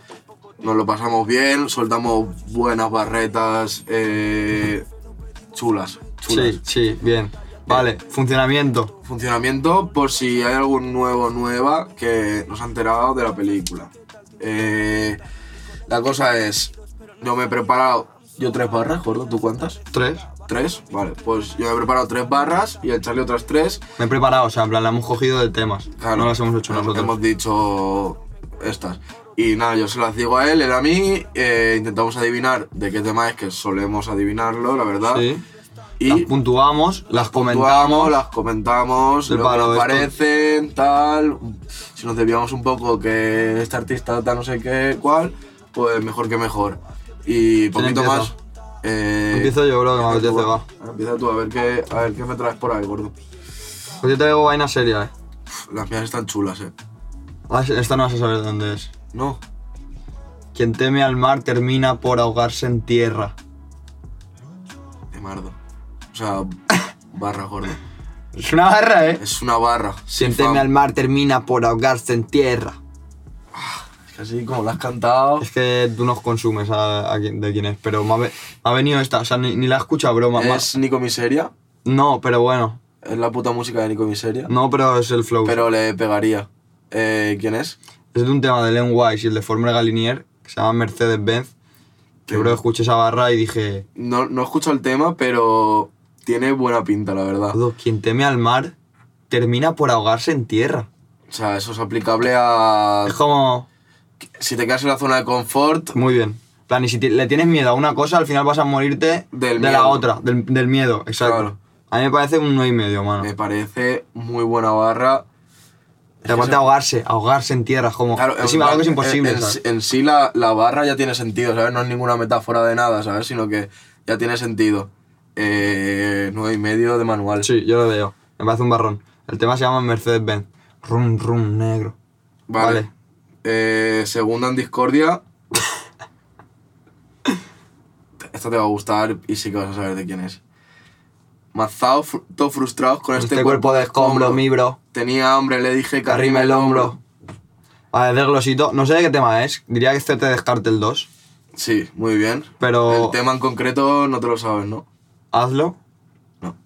[SPEAKER 2] Nos lo pasamos bien, soltamos buenas barretas eh, chulas, chulas.
[SPEAKER 3] Sí, sí, bien. Vale, funcionamiento.
[SPEAKER 2] funcionamiento por si hay algún nuevo nueva que nos ha enterado de la película. Eh, la cosa es, yo me he preparado, yo tres barras, gordo, ¿tú cuántas?
[SPEAKER 3] Tres.
[SPEAKER 2] ¿Tres? Vale, pues yo me he preparado tres barras y el Charlie otras tres.
[SPEAKER 3] Me he preparado, o sea, en plan, la hemos cogido de temas.
[SPEAKER 2] Claro,
[SPEAKER 3] no las hemos hecho
[SPEAKER 2] hem-
[SPEAKER 3] nosotros.
[SPEAKER 2] Hemos dicho estas. Y nada, yo se las digo a él, él a mí, eh, intentamos adivinar de qué tema es, que solemos adivinarlo, la verdad.
[SPEAKER 3] Sí.
[SPEAKER 2] Y
[SPEAKER 3] Las puntuamos, las
[SPEAKER 2] comentamos,
[SPEAKER 3] comentamos.
[SPEAKER 2] las comentamos,
[SPEAKER 3] Del
[SPEAKER 2] lo que
[SPEAKER 3] palo,
[SPEAKER 2] nos
[SPEAKER 3] esto-
[SPEAKER 2] parecen, tal. Si nos debíamos un poco que este artista tal no sé qué, cuál, pues mejor que mejor. Y poquito
[SPEAKER 3] empieza?
[SPEAKER 2] más. eh,
[SPEAKER 3] Empiezo yo, bro, que me
[SPEAKER 2] empieza tú,
[SPEAKER 3] apetece, va.
[SPEAKER 2] Empieza tú, a ver, qué, a ver qué me traes por ahí, gordo.
[SPEAKER 3] Pues yo traigo vaina seria, eh.
[SPEAKER 2] Pff, Las mías están chulas, eh.
[SPEAKER 3] Ah, Esta no vas a saber dónde es.
[SPEAKER 2] No,
[SPEAKER 3] Quien teme al mar termina por ahogarse en tierra.
[SPEAKER 2] de mardo. O sea, <coughs> barra, gordo.
[SPEAKER 3] Es una barra, eh.
[SPEAKER 2] Es una barra.
[SPEAKER 3] Quien
[SPEAKER 2] sin
[SPEAKER 3] teme
[SPEAKER 2] fam.
[SPEAKER 3] al mar termina por ahogarse en tierra.
[SPEAKER 2] Es que así como lo has cantado.
[SPEAKER 3] Es que tú nos consumes a, a quien- de quién es, pero me ha, ve- me ha venido esta, o sea, ni, ni la he escuchado, broma.
[SPEAKER 2] Es Nico Miseria.
[SPEAKER 3] No, pero bueno.
[SPEAKER 2] Es la puta música de Nico Miseria.
[SPEAKER 3] No, pero es el flow.
[SPEAKER 2] Pero le pegaría. Eh, ¿Quién es?
[SPEAKER 3] Es de un tema de Len Wise y el de Former Galinier, que se llama Mercedes Benz. Que bro, escuché esa barra y dije,
[SPEAKER 2] No, no escucho el tema, pero tiene buena pinta, la verdad.
[SPEAKER 3] "Joder, quien teme al mar termina por ahogarse en tierra.
[SPEAKER 2] O sea, eso es aplicable a...
[SPEAKER 3] Es como,
[SPEAKER 2] Si te quedas en la zona de confort,
[SPEAKER 3] muy bien. En plan, y si ti- le tienes miedo a una cosa, al final vas a morirte
[SPEAKER 2] Del
[SPEAKER 3] de la
[SPEAKER 2] miedo.
[SPEAKER 3] otra, del, del miedo, exacto.
[SPEAKER 2] Claro.
[SPEAKER 3] A mí me parece un 9 y medio, mano.
[SPEAKER 2] me parece muy buena barra.
[SPEAKER 3] Y aparte ahogarse, ahogarse en tierra, es como,
[SPEAKER 2] Claro,
[SPEAKER 3] es
[SPEAKER 2] en-
[SPEAKER 3] algo que es
[SPEAKER 2] en-
[SPEAKER 3] imposible,
[SPEAKER 2] En,
[SPEAKER 3] ¿sabes?
[SPEAKER 2] en sí la, la barra ya tiene sentido, ¿sabes? No es ninguna metáfora de nada, ¿sabes? Sino que ya tiene sentido. Eh, nueve y medio de manual.
[SPEAKER 3] Sí, yo lo veo. Me parece un barrón. El tema se llama Mercedes Benz. Rum, rum, negro.
[SPEAKER 2] Vale.
[SPEAKER 3] Vale.
[SPEAKER 2] Eh, segunda en
[SPEAKER 3] <laughs>
[SPEAKER 2] discordia. Esta te va a gustar y sí que vas a saber de quién es. Mazaos fr- todos frustrados con este,
[SPEAKER 3] Este, cuerpo de escombro, mi bro.
[SPEAKER 2] Tenía hambre, le dije que
[SPEAKER 3] Que arrime
[SPEAKER 2] arrime
[SPEAKER 3] el hombro. Vale, de glosito. No sé de qué tema es. Diría que este te descarte el 2.
[SPEAKER 2] Sí, muy bien.
[SPEAKER 3] Pero-
[SPEAKER 2] El tema en concreto no te lo sabes, ¿no?
[SPEAKER 3] Hazlo.
[SPEAKER 2] No.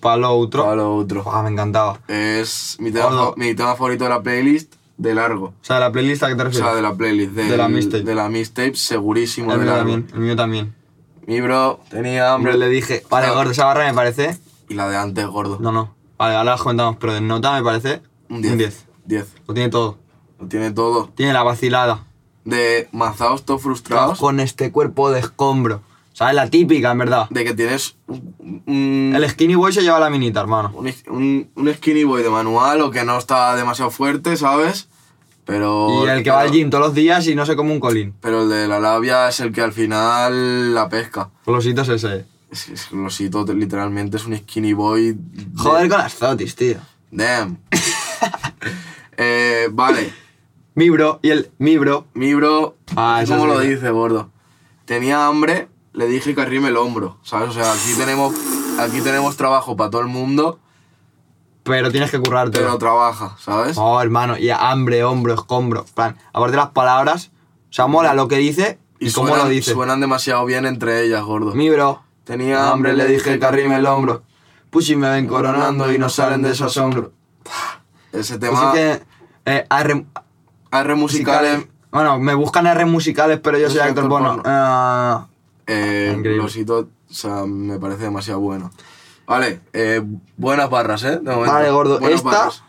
[SPEAKER 3] Palo otro.
[SPEAKER 2] A lo otro.
[SPEAKER 3] Ah, me encantaba.
[SPEAKER 2] Es mi tema,
[SPEAKER 3] Gordo.
[SPEAKER 2] fa- mi tema favorito de la playlist, de largo.
[SPEAKER 3] O sea, de la playlist a qué te
[SPEAKER 2] O
[SPEAKER 3] refieres.
[SPEAKER 2] sea, de la playlist. Del,
[SPEAKER 3] la mixtape.
[SPEAKER 2] De la mixtape, segurísimo,
[SPEAKER 3] el
[SPEAKER 2] de
[SPEAKER 3] mío
[SPEAKER 2] largo.
[SPEAKER 3] también. El mío también.
[SPEAKER 2] Mi bro tenía hambre.
[SPEAKER 3] Hombre, le dije. Vale,
[SPEAKER 2] Claro.
[SPEAKER 3] gordo, esa barra me parece.
[SPEAKER 2] Y la de antes, gordo.
[SPEAKER 3] No, no. Vale, ahora las comentamos, pero de nota me parece.
[SPEAKER 2] Un 10.
[SPEAKER 3] 10.
[SPEAKER 2] 10.
[SPEAKER 3] Lo tiene todo.
[SPEAKER 2] Lo tiene todo.
[SPEAKER 3] Tiene la vacilada.
[SPEAKER 2] De mazaos todos frustrados.
[SPEAKER 3] Con este cuerpo de escombro. O sea, es la típica, en verdad.
[SPEAKER 2] De que tienes un, un-
[SPEAKER 3] El skinny boy se lleva la minita, hermano.
[SPEAKER 2] un, un- un skinny boy de manual o que no está demasiado fuerte, ¿sabes? Pero.
[SPEAKER 3] Y el que va al
[SPEAKER 2] pero-
[SPEAKER 3] gym todos los días y no se come un colín.
[SPEAKER 2] Pero el de la labia es el que al final la pesca.
[SPEAKER 3] Glositos ese.
[SPEAKER 2] Es, es lo siento, te- literalmente es un skinny boy. de-
[SPEAKER 3] Joder con las zotis, tío.
[SPEAKER 2] Damn. <laughs> Eh, vale.
[SPEAKER 3] Mi bro y el mi bro.
[SPEAKER 2] Mi bro.
[SPEAKER 3] Ah,
[SPEAKER 2] así
[SPEAKER 3] esa
[SPEAKER 2] como
[SPEAKER 3] es
[SPEAKER 2] lo
[SPEAKER 3] buena.
[SPEAKER 2] dice, gordo? Tenía hambre, le dije que arrime el hombro, ¿sabes? O sea, aquí tenemos, aquí tenemos trabajo para todo el mundo,
[SPEAKER 3] Pero tienes que currarte.
[SPEAKER 2] pero Ah, trabaja, ¿sabes?
[SPEAKER 3] Oh, hermano. Y hambre, hombro, escombro. En Plan, aparte de las palabras, o sea, mola lo que dice y, cómo
[SPEAKER 2] suenan,
[SPEAKER 3] lo dice.
[SPEAKER 2] Suenan demasiado bien entre ellas, gordo.
[SPEAKER 3] Mi bro.
[SPEAKER 2] Tenía hambre, le dije que arrime el hombro.
[SPEAKER 3] Pushy me ven coronando y no salen de su asombro.
[SPEAKER 2] Ese
[SPEAKER 3] Pues
[SPEAKER 2] tema
[SPEAKER 3] es que. eh, arre-
[SPEAKER 2] R musicales.
[SPEAKER 3] Bueno, me buscan R musicales, pero yo
[SPEAKER 2] Yo
[SPEAKER 3] soy
[SPEAKER 2] soy
[SPEAKER 3] actor
[SPEAKER 2] actor
[SPEAKER 3] porno.
[SPEAKER 2] porno.
[SPEAKER 3] Ah,
[SPEAKER 2] Eh,
[SPEAKER 3] Increíble.
[SPEAKER 2] Losito, o sea, me parece demasiado bueno. Vale, eh, buenas barras, ¿eh? De momento.
[SPEAKER 3] Vale, gordo.
[SPEAKER 2] Buenas
[SPEAKER 3] Esta-
[SPEAKER 2] barras.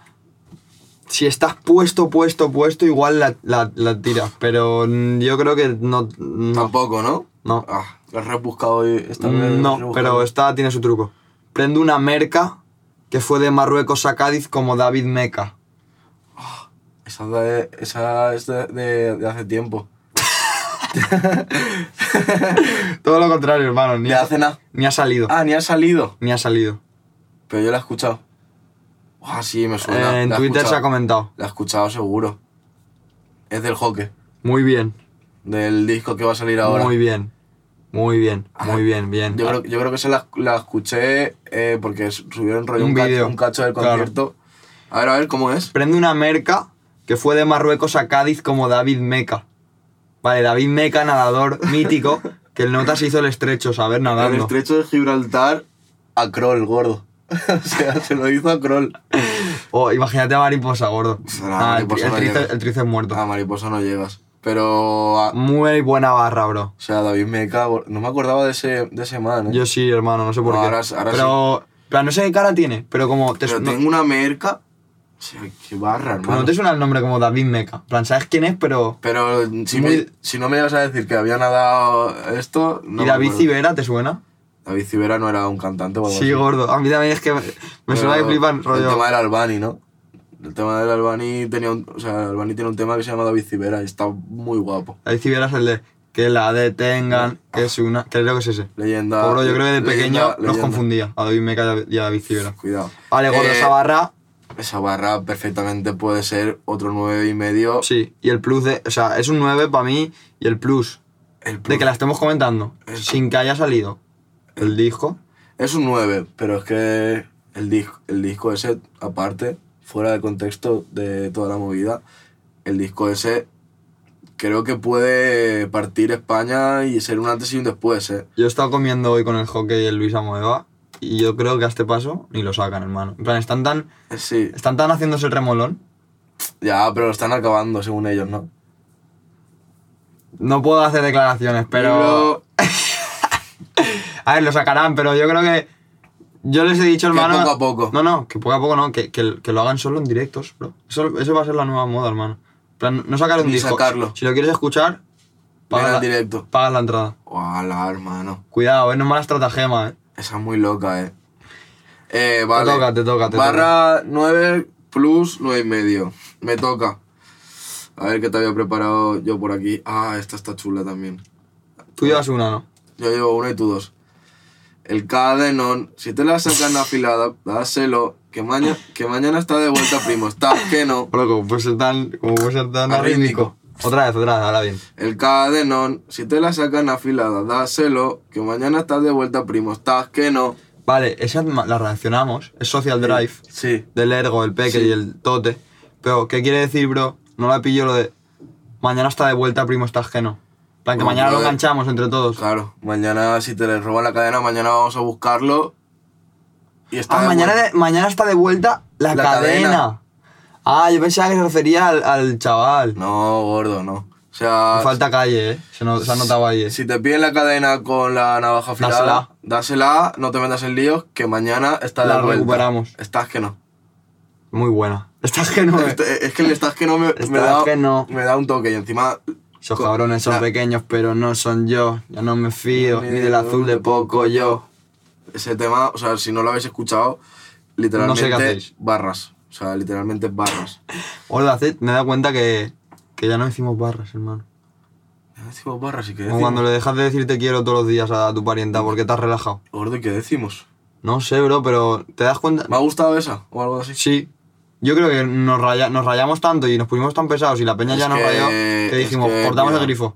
[SPEAKER 3] si estás puesto, puesto, puesto, igual la, la, la tiras. Pero mm, yo creo que no. no.
[SPEAKER 2] Tampoco, ¿no?
[SPEAKER 3] No.
[SPEAKER 2] Ah, la has rebuscado hoy. Esta vez,
[SPEAKER 3] Mm, No,
[SPEAKER 2] rebuscado.
[SPEAKER 3] pero esta tiene su truco. Prende una merca que fue de Marruecos a Cádiz como David Meca.
[SPEAKER 2] Esa, de- esa es de, de- de hace tiempo.
[SPEAKER 3] Todo lo contrario, hermano. Ni,
[SPEAKER 2] De
[SPEAKER 3] ha,
[SPEAKER 2] hace nada.
[SPEAKER 3] ni ha salido.
[SPEAKER 2] Ah, ni ha salido.
[SPEAKER 3] Ni ha salido.
[SPEAKER 2] Pero yo la he escuchado. Ah, sí, me
[SPEAKER 3] Eh,
[SPEAKER 2] suena.
[SPEAKER 3] en
[SPEAKER 2] La he
[SPEAKER 3] Twitter se ha
[SPEAKER 2] escuchado.
[SPEAKER 3] comentado.
[SPEAKER 2] La he escuchado seguro. Es del hockey.
[SPEAKER 3] Muy bien.
[SPEAKER 2] Del disco que va a salir ahora.
[SPEAKER 3] Muy bien. Muy bien.
[SPEAKER 2] Ah,
[SPEAKER 3] Muy bien, bien.
[SPEAKER 2] Yo creo, yo creo que se la, la escuché eh, porque subieron rollo
[SPEAKER 3] Un
[SPEAKER 2] un, cacho-
[SPEAKER 3] vídeo.
[SPEAKER 2] un cacho del
[SPEAKER 3] Claro.
[SPEAKER 2] concierto. A ver, a ver, ¿cómo es?
[SPEAKER 3] Prende una merca que fue de Marruecos a Cádiz como David Meca. Vale, David
[SPEAKER 2] <laughs>
[SPEAKER 3] Meca, nadador mítico, que el nota se hizo el estrecho, saber
[SPEAKER 2] El
[SPEAKER 3] nadando.
[SPEAKER 2] estrecho de Gibraltar a Kroll, gordo. <laughs> o sea, se lo hizo a Kroll.
[SPEAKER 3] O Oh, imagínate a Mariposa, gordo.
[SPEAKER 2] Será
[SPEAKER 3] Ah, el,
[SPEAKER 2] mariposa
[SPEAKER 3] el
[SPEAKER 2] no
[SPEAKER 3] tríceps-
[SPEAKER 2] llegas.
[SPEAKER 3] el tríceps muerto.
[SPEAKER 2] A Ah, mariposa no llegas. Pero. a-
[SPEAKER 3] Muy buena barra, bro.
[SPEAKER 2] o sea, David Meca, gor- no me acordaba de ese, de ese man, ¿eh?
[SPEAKER 3] Yo sí, hermano, no sé por
[SPEAKER 2] No,
[SPEAKER 3] qué.
[SPEAKER 2] ahora- ahora
[SPEAKER 3] pero, plan, no sé qué cara tiene, pero como te,
[SPEAKER 2] Pero
[SPEAKER 3] no,
[SPEAKER 2] tengo una merca. O sea, qué barra,
[SPEAKER 3] pero
[SPEAKER 2] hermano.
[SPEAKER 3] no te suena el nombre como David Meca. En plan, sabes quién es, pero.
[SPEAKER 2] Pero si,
[SPEAKER 3] Muy-
[SPEAKER 2] me- si no me ibas a decir que había nadado esto. No
[SPEAKER 3] ¿Y
[SPEAKER 2] me
[SPEAKER 3] David
[SPEAKER 2] acuerdo.
[SPEAKER 3] Civera te suena?
[SPEAKER 2] David Civera no era un cantante o algo
[SPEAKER 3] Sí,
[SPEAKER 2] así.
[SPEAKER 3] gordo. A mí también es que me, me
[SPEAKER 2] Pero
[SPEAKER 3] suena que flipan
[SPEAKER 2] El tema
[SPEAKER 3] rollo.
[SPEAKER 2] del Albani, ¿no? El tema del Albani tenía un, o sea, Albani tiene un tema que se llama David Civera y está muy guapo.
[SPEAKER 3] David Civera es el de que la detengan, que es una. Creo que es ese.
[SPEAKER 2] Leyenda.
[SPEAKER 3] Cobro, yo creo que de
[SPEAKER 2] Ah. leyenda-
[SPEAKER 3] pequeño nos
[SPEAKER 2] leyenda.
[SPEAKER 3] confundía a David Meca y a David Civera.
[SPEAKER 2] Cuidado.
[SPEAKER 3] Vale, gordo,
[SPEAKER 2] Eh,
[SPEAKER 3] esa barra.
[SPEAKER 2] Esa barra perfectamente puede ser otro nueve y medio.
[SPEAKER 3] Sí, y el plus de. O sea, es un 9 para mí y el plus
[SPEAKER 2] El plus-
[SPEAKER 3] de que la estemos comentando
[SPEAKER 2] El-
[SPEAKER 3] sin que haya salido el disco.
[SPEAKER 2] Es un 9, pero es que el disco, el disco ese, aparte, fuera de contexto de toda la movida, el disco ese creo que puede partir España y ser un antes y un después, ¿eh?
[SPEAKER 3] Yo he estado comiendo hoy con el hockey y el Luis Amoeva y yo creo que a este paso ni lo sacan, hermano. En plan, están tan,
[SPEAKER 2] Sí,
[SPEAKER 3] están tan haciéndose el remolón.
[SPEAKER 2] ya, pero lo están acabando según ellos, ¿no?
[SPEAKER 3] No puedo hacer declaraciones, pero... A ver, lo sacarán, pero yo creo que... Yo les he dicho,
[SPEAKER 2] Que
[SPEAKER 3] hermano...
[SPEAKER 2] poco a poco.
[SPEAKER 3] No, no, que poco a poco no, que, que, que lo hagan solo en directos, bro. Eso, eso va a ser la nueva moda, hermano. En plan, no sacar un
[SPEAKER 2] Ni
[SPEAKER 3] disco.
[SPEAKER 2] sacarlo.
[SPEAKER 3] Si lo quieres escuchar,
[SPEAKER 2] Paga
[SPEAKER 3] paga,
[SPEAKER 2] en
[SPEAKER 3] la,
[SPEAKER 2] directo.
[SPEAKER 3] paga la entrada.
[SPEAKER 2] Ojalá, hermano.
[SPEAKER 3] Cuidado, eh, no es mala estratagema, eh.
[SPEAKER 2] Esa es muy loca, ¿eh? Eh, vale.
[SPEAKER 3] toca, te toca, te
[SPEAKER 2] Barra 9 plus 9 y medio. Me toca. A ver qué te había preparado yo por aquí. Ah, esta está chula también.
[SPEAKER 3] Tú llevas una, ¿no?
[SPEAKER 2] Yo llevo uno y tú dos. El cadenón, si te la sacan afilada, dáselo. Que, maña- que mañana está de vuelta, primo. Está que no.
[SPEAKER 3] Bro, como puede ser tan, como puede ser tan
[SPEAKER 2] Arrítmico.
[SPEAKER 3] arrítmico. Otra vez, otra vez, ahora bien.
[SPEAKER 2] El cadenón, si te la sacan afilada, dáselo. Que mañana está de vuelta, primo. Está que no.
[SPEAKER 3] Vale, esa ma- la reaccionamos. Es Social Drive.
[SPEAKER 2] Sí.
[SPEAKER 3] Del Ergo, el Peque
[SPEAKER 2] Sí.
[SPEAKER 3] y el Tote. Pero, ¿qué quiere decir, bro? No la pillo lo de. Mañana está de vuelta, primo, estás que no. En plan, que
[SPEAKER 2] No,
[SPEAKER 3] mañana lo
[SPEAKER 2] brother.
[SPEAKER 3] enganchamos entre todos.
[SPEAKER 2] Claro, mañana si te les roban la cadena, mañana vamos a buscarlo. Y está
[SPEAKER 3] ah,
[SPEAKER 2] de
[SPEAKER 3] mañana,
[SPEAKER 2] vuelta.
[SPEAKER 3] de- mañana está de vuelta la,
[SPEAKER 2] La
[SPEAKER 3] cadena.
[SPEAKER 2] cadena.
[SPEAKER 3] Ah, yo pensaba que se refería al, al chaval.
[SPEAKER 2] No, ah, gordo, no. O sea,
[SPEAKER 3] Me falta calle, eh. Se, no- se ha notado ahí, eh.
[SPEAKER 2] si te piden la cadena con la navaja afilada, dásela, no te metas en líos, que mañana está de
[SPEAKER 3] La
[SPEAKER 2] vuelta.
[SPEAKER 3] recuperamos.
[SPEAKER 2] Estás que no.
[SPEAKER 3] Muy buena. Estás que no. eh.
[SPEAKER 2] Este- es que el estás que no me, me
[SPEAKER 3] Estás
[SPEAKER 2] da,
[SPEAKER 3] que no.
[SPEAKER 2] me da un toque y encima
[SPEAKER 3] Esos
[SPEAKER 2] Co-
[SPEAKER 3] cabrones son
[SPEAKER 2] la-
[SPEAKER 3] pequeños, pero no son yo. Ya no me fío ni del azul de poco yo.
[SPEAKER 2] ese tema, o sea, si no lo habéis escuchado, literalmente
[SPEAKER 3] No sé qué hacéis.
[SPEAKER 2] barras. O sea, literalmente barras.
[SPEAKER 3] Hola, Zed, me he dado cuenta que, que ya no hicimos barras, hermano.
[SPEAKER 2] ¿Qué decimos barras y qué
[SPEAKER 3] Como
[SPEAKER 2] decimos?
[SPEAKER 3] cuando le dejas de decir te quiero todos los días a tu parienta porque te has relajado.
[SPEAKER 2] Gordo, ¿y qué decimos?
[SPEAKER 3] No sé, bro, pero ¿te das cuenta?
[SPEAKER 2] ¿Me ha gustado esa o algo así?
[SPEAKER 3] Sí. Yo creo que nos, raya- nos rayamos tanto y nos pusimos tan pesados y la peña
[SPEAKER 2] Es
[SPEAKER 3] ya nos
[SPEAKER 2] que-
[SPEAKER 3] rayó que
[SPEAKER 2] es
[SPEAKER 3] dijimos,
[SPEAKER 2] que,
[SPEAKER 3] cortamos
[SPEAKER 2] mira.
[SPEAKER 3] el grifo.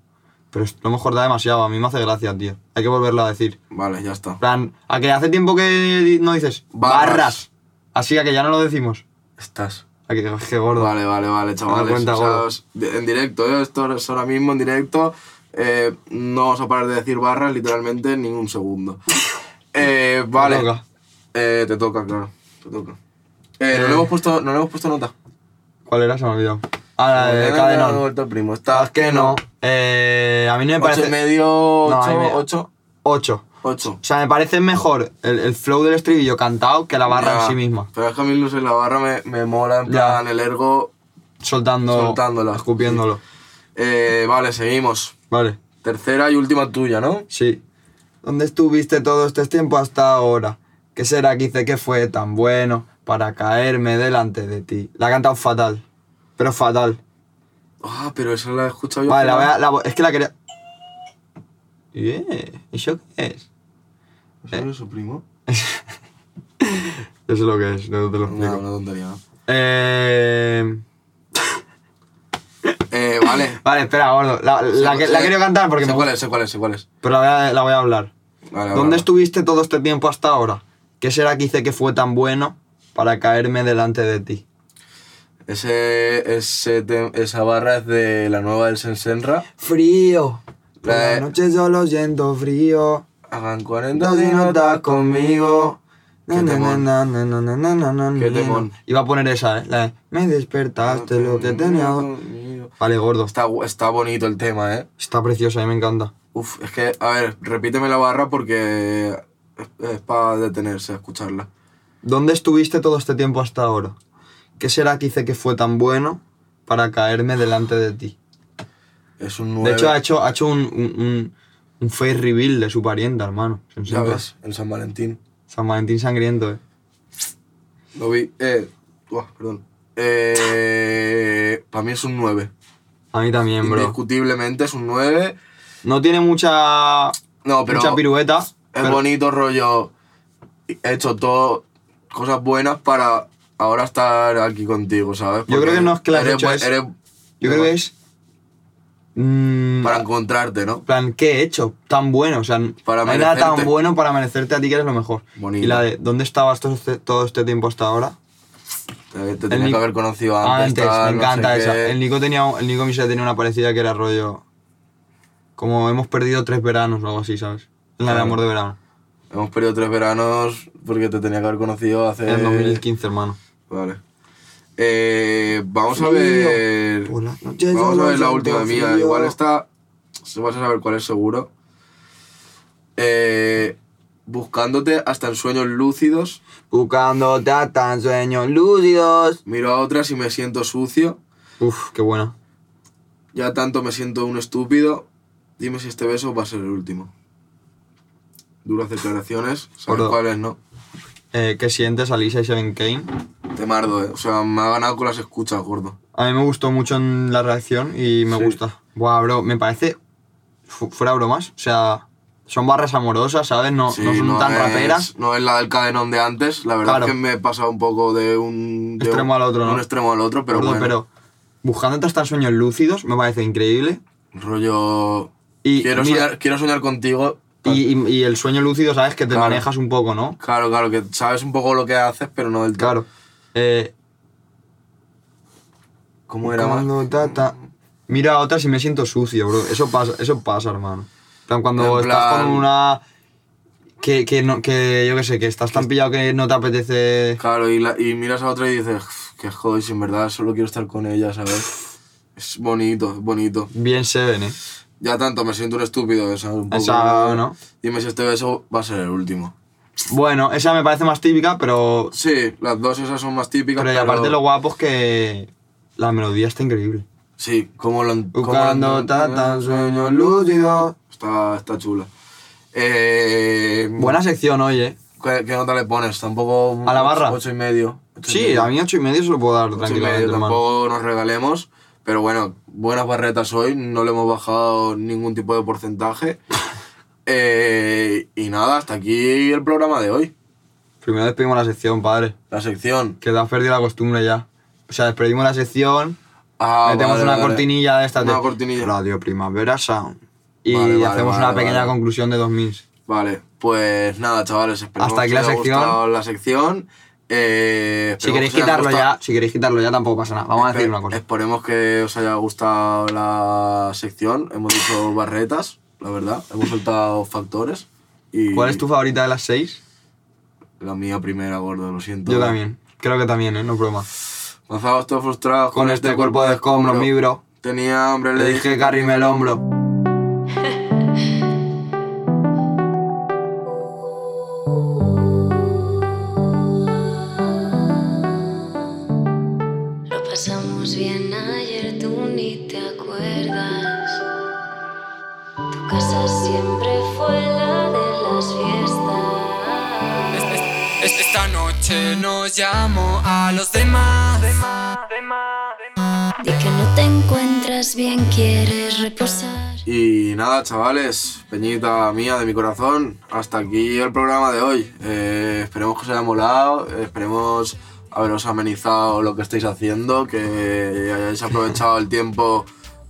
[SPEAKER 3] Pero es- lo hemos cortado demasiado, a mí me hace gracia, tío. Hay que volverlo a decir.
[SPEAKER 2] Vale, ya está.
[SPEAKER 3] En plan, a que hace tiempo que di- no dices barras.
[SPEAKER 2] Barras.
[SPEAKER 3] Así a que ya no lo decimos.
[SPEAKER 2] Estás.
[SPEAKER 3] A que, qué gordo.
[SPEAKER 2] Vale, vale, vale, chavales.
[SPEAKER 3] cuenta,
[SPEAKER 2] O sea,
[SPEAKER 3] gordo.
[SPEAKER 2] os- de- en directo, ¿eh? esto es ahora mismo en directo. Eh, no vamos a parar de decir barras literalmente en ningún
[SPEAKER 3] <laughs>
[SPEAKER 2] segundo. Eh, vale.
[SPEAKER 3] toca.
[SPEAKER 2] Eh, te toca, claro. Te toca. Eh,
[SPEAKER 3] Eh.
[SPEAKER 2] No, le hemos puesto, no le hemos puesto nota.
[SPEAKER 3] ¿Cuál era? Se me ha olvidado. Ahora, de cadenón.
[SPEAKER 2] Vuelta primo. Estás que no.
[SPEAKER 3] Eh, a mí no me
[SPEAKER 2] Ocho y
[SPEAKER 3] parece.
[SPEAKER 2] medio,
[SPEAKER 3] No, a mí me-
[SPEAKER 2] ocho, ocho,
[SPEAKER 3] 8.
[SPEAKER 2] ocho.
[SPEAKER 3] O sea, me parece mejor el, el flow del estribillo cantado que la barra en
[SPEAKER 2] Ya,
[SPEAKER 3] sí misma.
[SPEAKER 2] Pero es que a mí Luz en la barra me, me mola, en
[SPEAKER 3] Ya.
[SPEAKER 2] plan, el ergo.
[SPEAKER 3] Soltando.
[SPEAKER 2] Soltándola.
[SPEAKER 3] Escupiéndolo.
[SPEAKER 2] Eh, vale, seguimos.
[SPEAKER 3] Vale.
[SPEAKER 2] Tercera y última tuya, ¿no?
[SPEAKER 3] Sí. ¿Dónde estuviste todo este tiempo hasta ahora? ¿Qué será que hice que fue tan bueno para caerme delante de ti? La ha cantado fatal. Pero fatal.
[SPEAKER 2] Ah, pero esa la he escuchado yo.
[SPEAKER 3] Vale, la
[SPEAKER 2] pero-
[SPEAKER 3] voy a- la voy- es que la quería. Yeah. ¿Y eso qué es?
[SPEAKER 2] ¿Eso no es su primo?
[SPEAKER 3] Eso es lo que es, no te lo
[SPEAKER 2] No,
[SPEAKER 3] explico.
[SPEAKER 2] una tontería. ¿no?
[SPEAKER 3] Eh,
[SPEAKER 2] Eh, vale.
[SPEAKER 3] vale, espera, gordo. La, <laughs> la, que- la he querido cantar porque
[SPEAKER 2] Sé
[SPEAKER 3] me
[SPEAKER 2] cuál
[SPEAKER 3] gusta.
[SPEAKER 2] es, sé cuál es, sé cuál es.
[SPEAKER 3] Pero la voy a, la voy a hablar.
[SPEAKER 2] Vale,
[SPEAKER 3] ¿Dónde
[SPEAKER 2] estuvo?
[SPEAKER 3] estuviste todo este tiempo hasta ahora? ¿Qué será que hice que fue tan bueno para caerme delante de ti?
[SPEAKER 2] Ese, ese tem- esa barra es de la nueva del Sensenra.
[SPEAKER 3] Frío. Por
[SPEAKER 2] La-
[SPEAKER 3] la noche solo siento frío.
[SPEAKER 2] Hagan 40 si no estás conmigo. Qué
[SPEAKER 3] Na, na,
[SPEAKER 2] temón.
[SPEAKER 3] na, na, na, na, na, na, na,
[SPEAKER 2] Qué
[SPEAKER 3] na.
[SPEAKER 2] temón.
[SPEAKER 3] Iba a poner esa, ¿eh? La de, Me despertaste lo que tenía.
[SPEAKER 2] Conmigo.
[SPEAKER 3] Vale, gordo.
[SPEAKER 2] Está, gu- está bonito el tema, ¿eh?
[SPEAKER 3] Está preciosa, a mí me encanta.
[SPEAKER 2] Uf, es que, a ver, repíteme la barra porque es, para detenerse a escucharla.
[SPEAKER 3] ¿Dónde estuviste todo este tiempo hasta ahora? ¿Qué será que hice que fue tan bueno para caerme delante de ti?
[SPEAKER 2] Es un
[SPEAKER 3] De
[SPEAKER 2] nuevo.
[SPEAKER 3] hecho, ha hecho, ha hecho un, un, un- un face reveal de su parienta, hermano. Sin
[SPEAKER 2] ya
[SPEAKER 3] duda.
[SPEAKER 2] ves, el San Valentín.
[SPEAKER 3] San Valentín sangriento, ¿eh?
[SPEAKER 2] Lo vi. Eh, uah, perdón. Eh, para mí es un 9.
[SPEAKER 3] A mí también, bro.
[SPEAKER 2] Indiscutiblemente es un 9.
[SPEAKER 3] No tiene mucha,
[SPEAKER 2] No, pero
[SPEAKER 3] mucha pirueta.
[SPEAKER 2] es
[SPEAKER 3] pero-
[SPEAKER 2] bonito rollo. He hecho todo cosas buenas para ahora estar aquí contigo, ¿sabes?
[SPEAKER 3] Yo creo que no es que la has
[SPEAKER 2] eres
[SPEAKER 3] hecho,
[SPEAKER 2] buen-
[SPEAKER 3] es-
[SPEAKER 2] eres
[SPEAKER 3] Yo creo que es. mm,
[SPEAKER 2] Para encontrarte, ¿no?
[SPEAKER 3] plan, ¿qué he hecho? Tan bueno, o sea,
[SPEAKER 2] Para
[SPEAKER 3] no hay nada tan
[SPEAKER 2] merecerte.
[SPEAKER 3] bueno para merecerte a ti que eres lo mejor.
[SPEAKER 2] Bonito.
[SPEAKER 3] Y la de, ¿dónde estabas todo este, todo este tiempo hasta ahora?
[SPEAKER 2] Te, te
[SPEAKER 3] El
[SPEAKER 2] tenía
[SPEAKER 3] Nico-
[SPEAKER 2] que haber conocido antes. tal,
[SPEAKER 3] Ah, me
[SPEAKER 2] no sé
[SPEAKER 3] encanta esa.
[SPEAKER 2] qué.
[SPEAKER 3] El Nico, tenía, el Nico Michel tenía una parecida que era rollo. Como hemos perdido tres veranos o algo así, ¿sabes? En la de
[SPEAKER 2] Claro.
[SPEAKER 3] amor de verano.
[SPEAKER 2] Hemos perdido tres veranos porque te tenía que haber conocido hace.
[SPEAKER 3] En el 2015, hermano.
[SPEAKER 2] Vale. Eh, vamos a ver.
[SPEAKER 3] Por las noches
[SPEAKER 2] Vamos a
[SPEAKER 3] solo
[SPEAKER 2] ver la
[SPEAKER 3] siento
[SPEAKER 2] última mía.
[SPEAKER 3] frío.
[SPEAKER 2] Igual esta. Se vas a saber cuál es seguro. Eh, buscándote hasta en sueños lúcidos.
[SPEAKER 3] Buscándote hasta en sueños lúcidos.
[SPEAKER 2] Miro a otras y me siento sucio.
[SPEAKER 3] Uf, qué buena.
[SPEAKER 2] Ya tanto me siento un estúpido. Dime si este beso va a ser el último. Duras declaraciones. ¿Sabes
[SPEAKER 3] Gordo.
[SPEAKER 2] cuáles, no?
[SPEAKER 3] Eh, ¿Qué sientes, Alicia y Seven Kane?
[SPEAKER 2] Te mardo, eh. O sea, me ha ganado con las escuchas, gordo.
[SPEAKER 3] A mí me gustó mucho en la reacción y me
[SPEAKER 2] Sí.
[SPEAKER 3] gusta. Buah, bro, me parece. fu- Fuera bromas. O sea, son barras amorosas, ¿sabes? No,
[SPEAKER 2] Sí,
[SPEAKER 3] no son tan
[SPEAKER 2] es-
[SPEAKER 3] raperas.
[SPEAKER 2] No es la del cadenón de antes. La verdad
[SPEAKER 3] Claro.
[SPEAKER 2] es que me he pasado un poco de un de
[SPEAKER 3] Extremo
[SPEAKER 2] un-
[SPEAKER 3] al otro,
[SPEAKER 2] de
[SPEAKER 3] ¿no?
[SPEAKER 2] Un extremo al otro, pero
[SPEAKER 3] Gordo,
[SPEAKER 2] bueno.
[SPEAKER 3] pero buscándote hasta sueños lúcidos me parece increíble.
[SPEAKER 2] Rollo.
[SPEAKER 3] Y
[SPEAKER 2] quiero,
[SPEAKER 3] mira-
[SPEAKER 2] soñar, quiero soñar contigo.
[SPEAKER 3] Y, y- y el sueño lúcido, ¿sabes? Que te
[SPEAKER 2] Claro.
[SPEAKER 3] manejas un poco, ¿no?
[SPEAKER 2] Claro, claro, que sabes un poco lo que haces, pero no del todo.
[SPEAKER 3] Claro. Eh,
[SPEAKER 2] ¿Cómo era más?
[SPEAKER 3] cuando ta- ta- Mira a otras y me siento sucio, bro. Eso pasa, eso pasa hermano. En plan, cuando
[SPEAKER 2] En
[SPEAKER 3] estás
[SPEAKER 2] plan-
[SPEAKER 3] con una. Que, que, no, que yo qué sé, que estás tan pillado que no te apetece.
[SPEAKER 2] Claro, y, la- y miras a otra y dices, "Uf, qué joder, si en verdad solo quiero estar con ella, ¿sabes? Es bonito, es bonito.
[SPEAKER 3] Bien Seven, ¿eh?
[SPEAKER 2] Ya tanto me siento un estúpido, ¿sabes? Un poco,
[SPEAKER 3] Esa, ¿no?
[SPEAKER 2] Dime si este beso va a ser el último.
[SPEAKER 3] Bueno, esa me parece más típica, pero.
[SPEAKER 2] Sí, las dos esas son más típicas.
[SPEAKER 3] Pero y aparte lo guapo es que. La melodía está increíble.
[SPEAKER 2] Sí, como lo como lo-
[SPEAKER 3] Buscando tantos sueños lúcidos.
[SPEAKER 2] Está, está chula. Eh,
[SPEAKER 3] Buena sección hoy, ¿eh?
[SPEAKER 2] ¿qué, qué nota le pones? Tampoco. un
[SPEAKER 3] ¿A la
[SPEAKER 2] ocho-
[SPEAKER 3] barra?
[SPEAKER 2] Ocho y medio. Ocho y
[SPEAKER 3] Sí,
[SPEAKER 2] medio.
[SPEAKER 3] a mí ocho y medio se lo puedo dar
[SPEAKER 2] Ocho y medio,
[SPEAKER 3] tranquilamente, hermano.
[SPEAKER 2] tampoco nos regalemos. Pero bueno, buenas barretas hoy. No le hemos bajado ningún tipo de
[SPEAKER 3] <laughs>
[SPEAKER 2] porcentaje. Eh, y nada, hasta aquí el programa de hoy.
[SPEAKER 3] Primero despedimos la sección, padre.
[SPEAKER 2] La sección.
[SPEAKER 3] Que te has perdido la costumbre ya. O sea, despedimos la sección,
[SPEAKER 2] Ah,
[SPEAKER 3] metemos
[SPEAKER 2] vale,
[SPEAKER 3] una
[SPEAKER 2] vale.
[SPEAKER 3] cortinilla de estas
[SPEAKER 2] Una
[SPEAKER 3] de
[SPEAKER 2] cortinilla.
[SPEAKER 3] Radio Primavera Sound. Y
[SPEAKER 2] Vale, vale,
[SPEAKER 3] hacemos
[SPEAKER 2] vale,
[SPEAKER 3] una pequeña
[SPEAKER 2] vale.
[SPEAKER 3] conclusión de 2000.
[SPEAKER 2] Vale, pues nada, chavales. Esperemos
[SPEAKER 3] Hasta aquí
[SPEAKER 2] que
[SPEAKER 3] la
[SPEAKER 2] os haya
[SPEAKER 3] sección.
[SPEAKER 2] gustado la sección. Eh,
[SPEAKER 3] Si
[SPEAKER 2] esperemos que os
[SPEAKER 3] queréis
[SPEAKER 2] haya
[SPEAKER 3] quitarlo
[SPEAKER 2] gustado-
[SPEAKER 3] ya, si queréis quitarlo ya tampoco pasa nada. Vamos a
[SPEAKER 2] Espe-
[SPEAKER 3] decir una cosa.
[SPEAKER 2] Esperemos que os haya gustado la sección. Hemos dicho barretas, la verdad. Hemos soltado factores. Y
[SPEAKER 3] ¿Cuál es tu favorita de las seis?
[SPEAKER 2] La mía primera, gordo, lo siento.
[SPEAKER 3] Yo también. Creo que también, ¿eh? No broma.
[SPEAKER 2] Pasados todos frustrados
[SPEAKER 3] Con este cuerpo de escombros, mi bro.
[SPEAKER 2] Tenía hambre,
[SPEAKER 3] Le dije que arrime el hombro.
[SPEAKER 8] Lo pasamos bien ayer, tú ni te acuerdas. Tu casa siempre fue la de las fiestas.
[SPEAKER 9] Es- Esta noche nos llamo a los demás.
[SPEAKER 8] Di que no te encuentras bien, quieres reposar.
[SPEAKER 2] Y nada, chavales, peñita mía de mi corazón, hasta aquí el programa de hoy. Eh, esperemos que os haya molado, eh, esperemos haberos amenizado lo que estáis haciendo, que
[SPEAKER 3] <laughs>
[SPEAKER 2] hayáis aprovechado el tiempo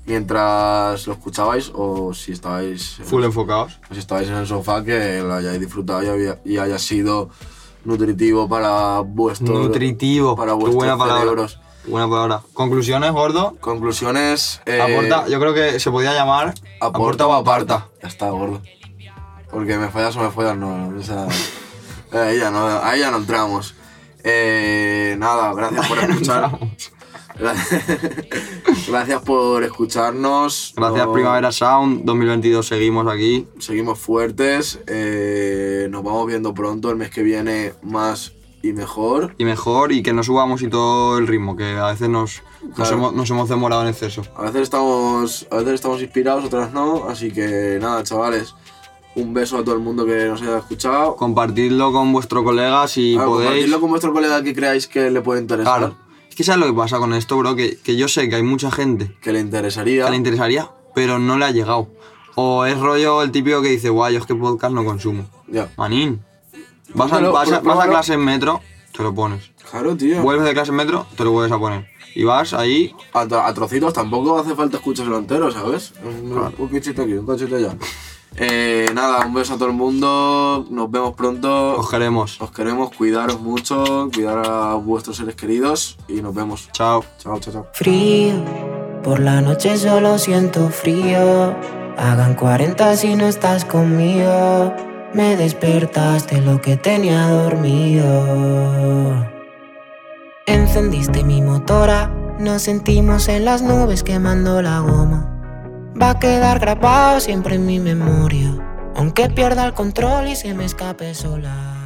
[SPEAKER 2] mientras lo escuchabais o si estabais,
[SPEAKER 3] Full enfocados.
[SPEAKER 2] o si estabais en el sofá, que lo hayáis disfrutado y, había- y haya sido nutritivo para vuestro
[SPEAKER 3] Nutritivo.
[SPEAKER 2] para
[SPEAKER 3] Qué
[SPEAKER 2] vuestros
[SPEAKER 3] buena palabra.
[SPEAKER 2] cerebros.
[SPEAKER 3] Buena palabra. Conclusiones, gordo.
[SPEAKER 2] Conclusiones. eh,
[SPEAKER 3] Aporta, yo creo que se
[SPEAKER 2] <laughs>
[SPEAKER 3] podía llamar
[SPEAKER 2] Aporta
[SPEAKER 3] aporta
[SPEAKER 2] o
[SPEAKER 3] o
[SPEAKER 2] aparta.
[SPEAKER 3] aparta.
[SPEAKER 2] Ya está, gordo. Porque me fallas o me fallas, no. O
[SPEAKER 3] <laughs>
[SPEAKER 2] sea, ahí, ya no ahí ya no entramos. Eh, nada, gracias por escuchar. <laughs> gracias por escucharnos.
[SPEAKER 3] Gracias
[SPEAKER 2] No-
[SPEAKER 3] Primavera Sound 2022 seguimos aquí.
[SPEAKER 2] Seguimos fuertes. eh, nos vamos viendo pronto. El mes que viene más y mejor.
[SPEAKER 3] Y mejor y que no subamos y todo el ritmo, que a veces nos, nos,
[SPEAKER 2] Claro.
[SPEAKER 3] hemos, nos hemos demorado en exceso.
[SPEAKER 2] A veces estamos, a veces estamos inspirados, otras no. Así que nada, chavales. Un beso a todo el mundo que nos haya escuchado.
[SPEAKER 3] Compartidlo con vuestros colegas si
[SPEAKER 2] Claro,
[SPEAKER 3] podéis.
[SPEAKER 2] Compartidlo con vuestro colega que creáis que le puede interesar.
[SPEAKER 3] Claro. Es que sabes lo que pasa con esto, bro, que, que yo sé que hay mucha gente
[SPEAKER 2] Que le interesaría.
[SPEAKER 3] que le interesaría, pero no le ha llegado. O es rollo el típico que dice, guay, yo es que podcast no consumo.
[SPEAKER 2] Ya.
[SPEAKER 3] Manín, vas a,
[SPEAKER 2] Pruébalo,
[SPEAKER 3] vas a- vas a
[SPEAKER 2] pruébalo.
[SPEAKER 3] clase en metro, te lo pones.
[SPEAKER 2] Claro, tío.
[SPEAKER 3] Vuelves de clase en metro, te lo vuelves a poner. Y vas ahí,
[SPEAKER 2] A, tro- a trocitos tampoco hace falta escucharlo entero, ¿sabes? Un, un cachito aquí, un cachito allá. Eh, nada, un beso a todo el mundo. Nos vemos pronto.
[SPEAKER 3] os queremos.
[SPEAKER 2] Os queremos, cuidaros mucho, cuidar a vuestros seres queridos y nos vemos.
[SPEAKER 3] Chao.
[SPEAKER 2] Chao, chao, chao.
[SPEAKER 10] Frío, por la noche solo siento frío. Hagan 40 si no estás conmigo. Me despertaste lo que tenía dormido. Encendiste mi motora, nos sentimos en las nubes quemando la goma. Va a quedar grabado siempre en mi memoria, aunque pierda el control y se me escape sola.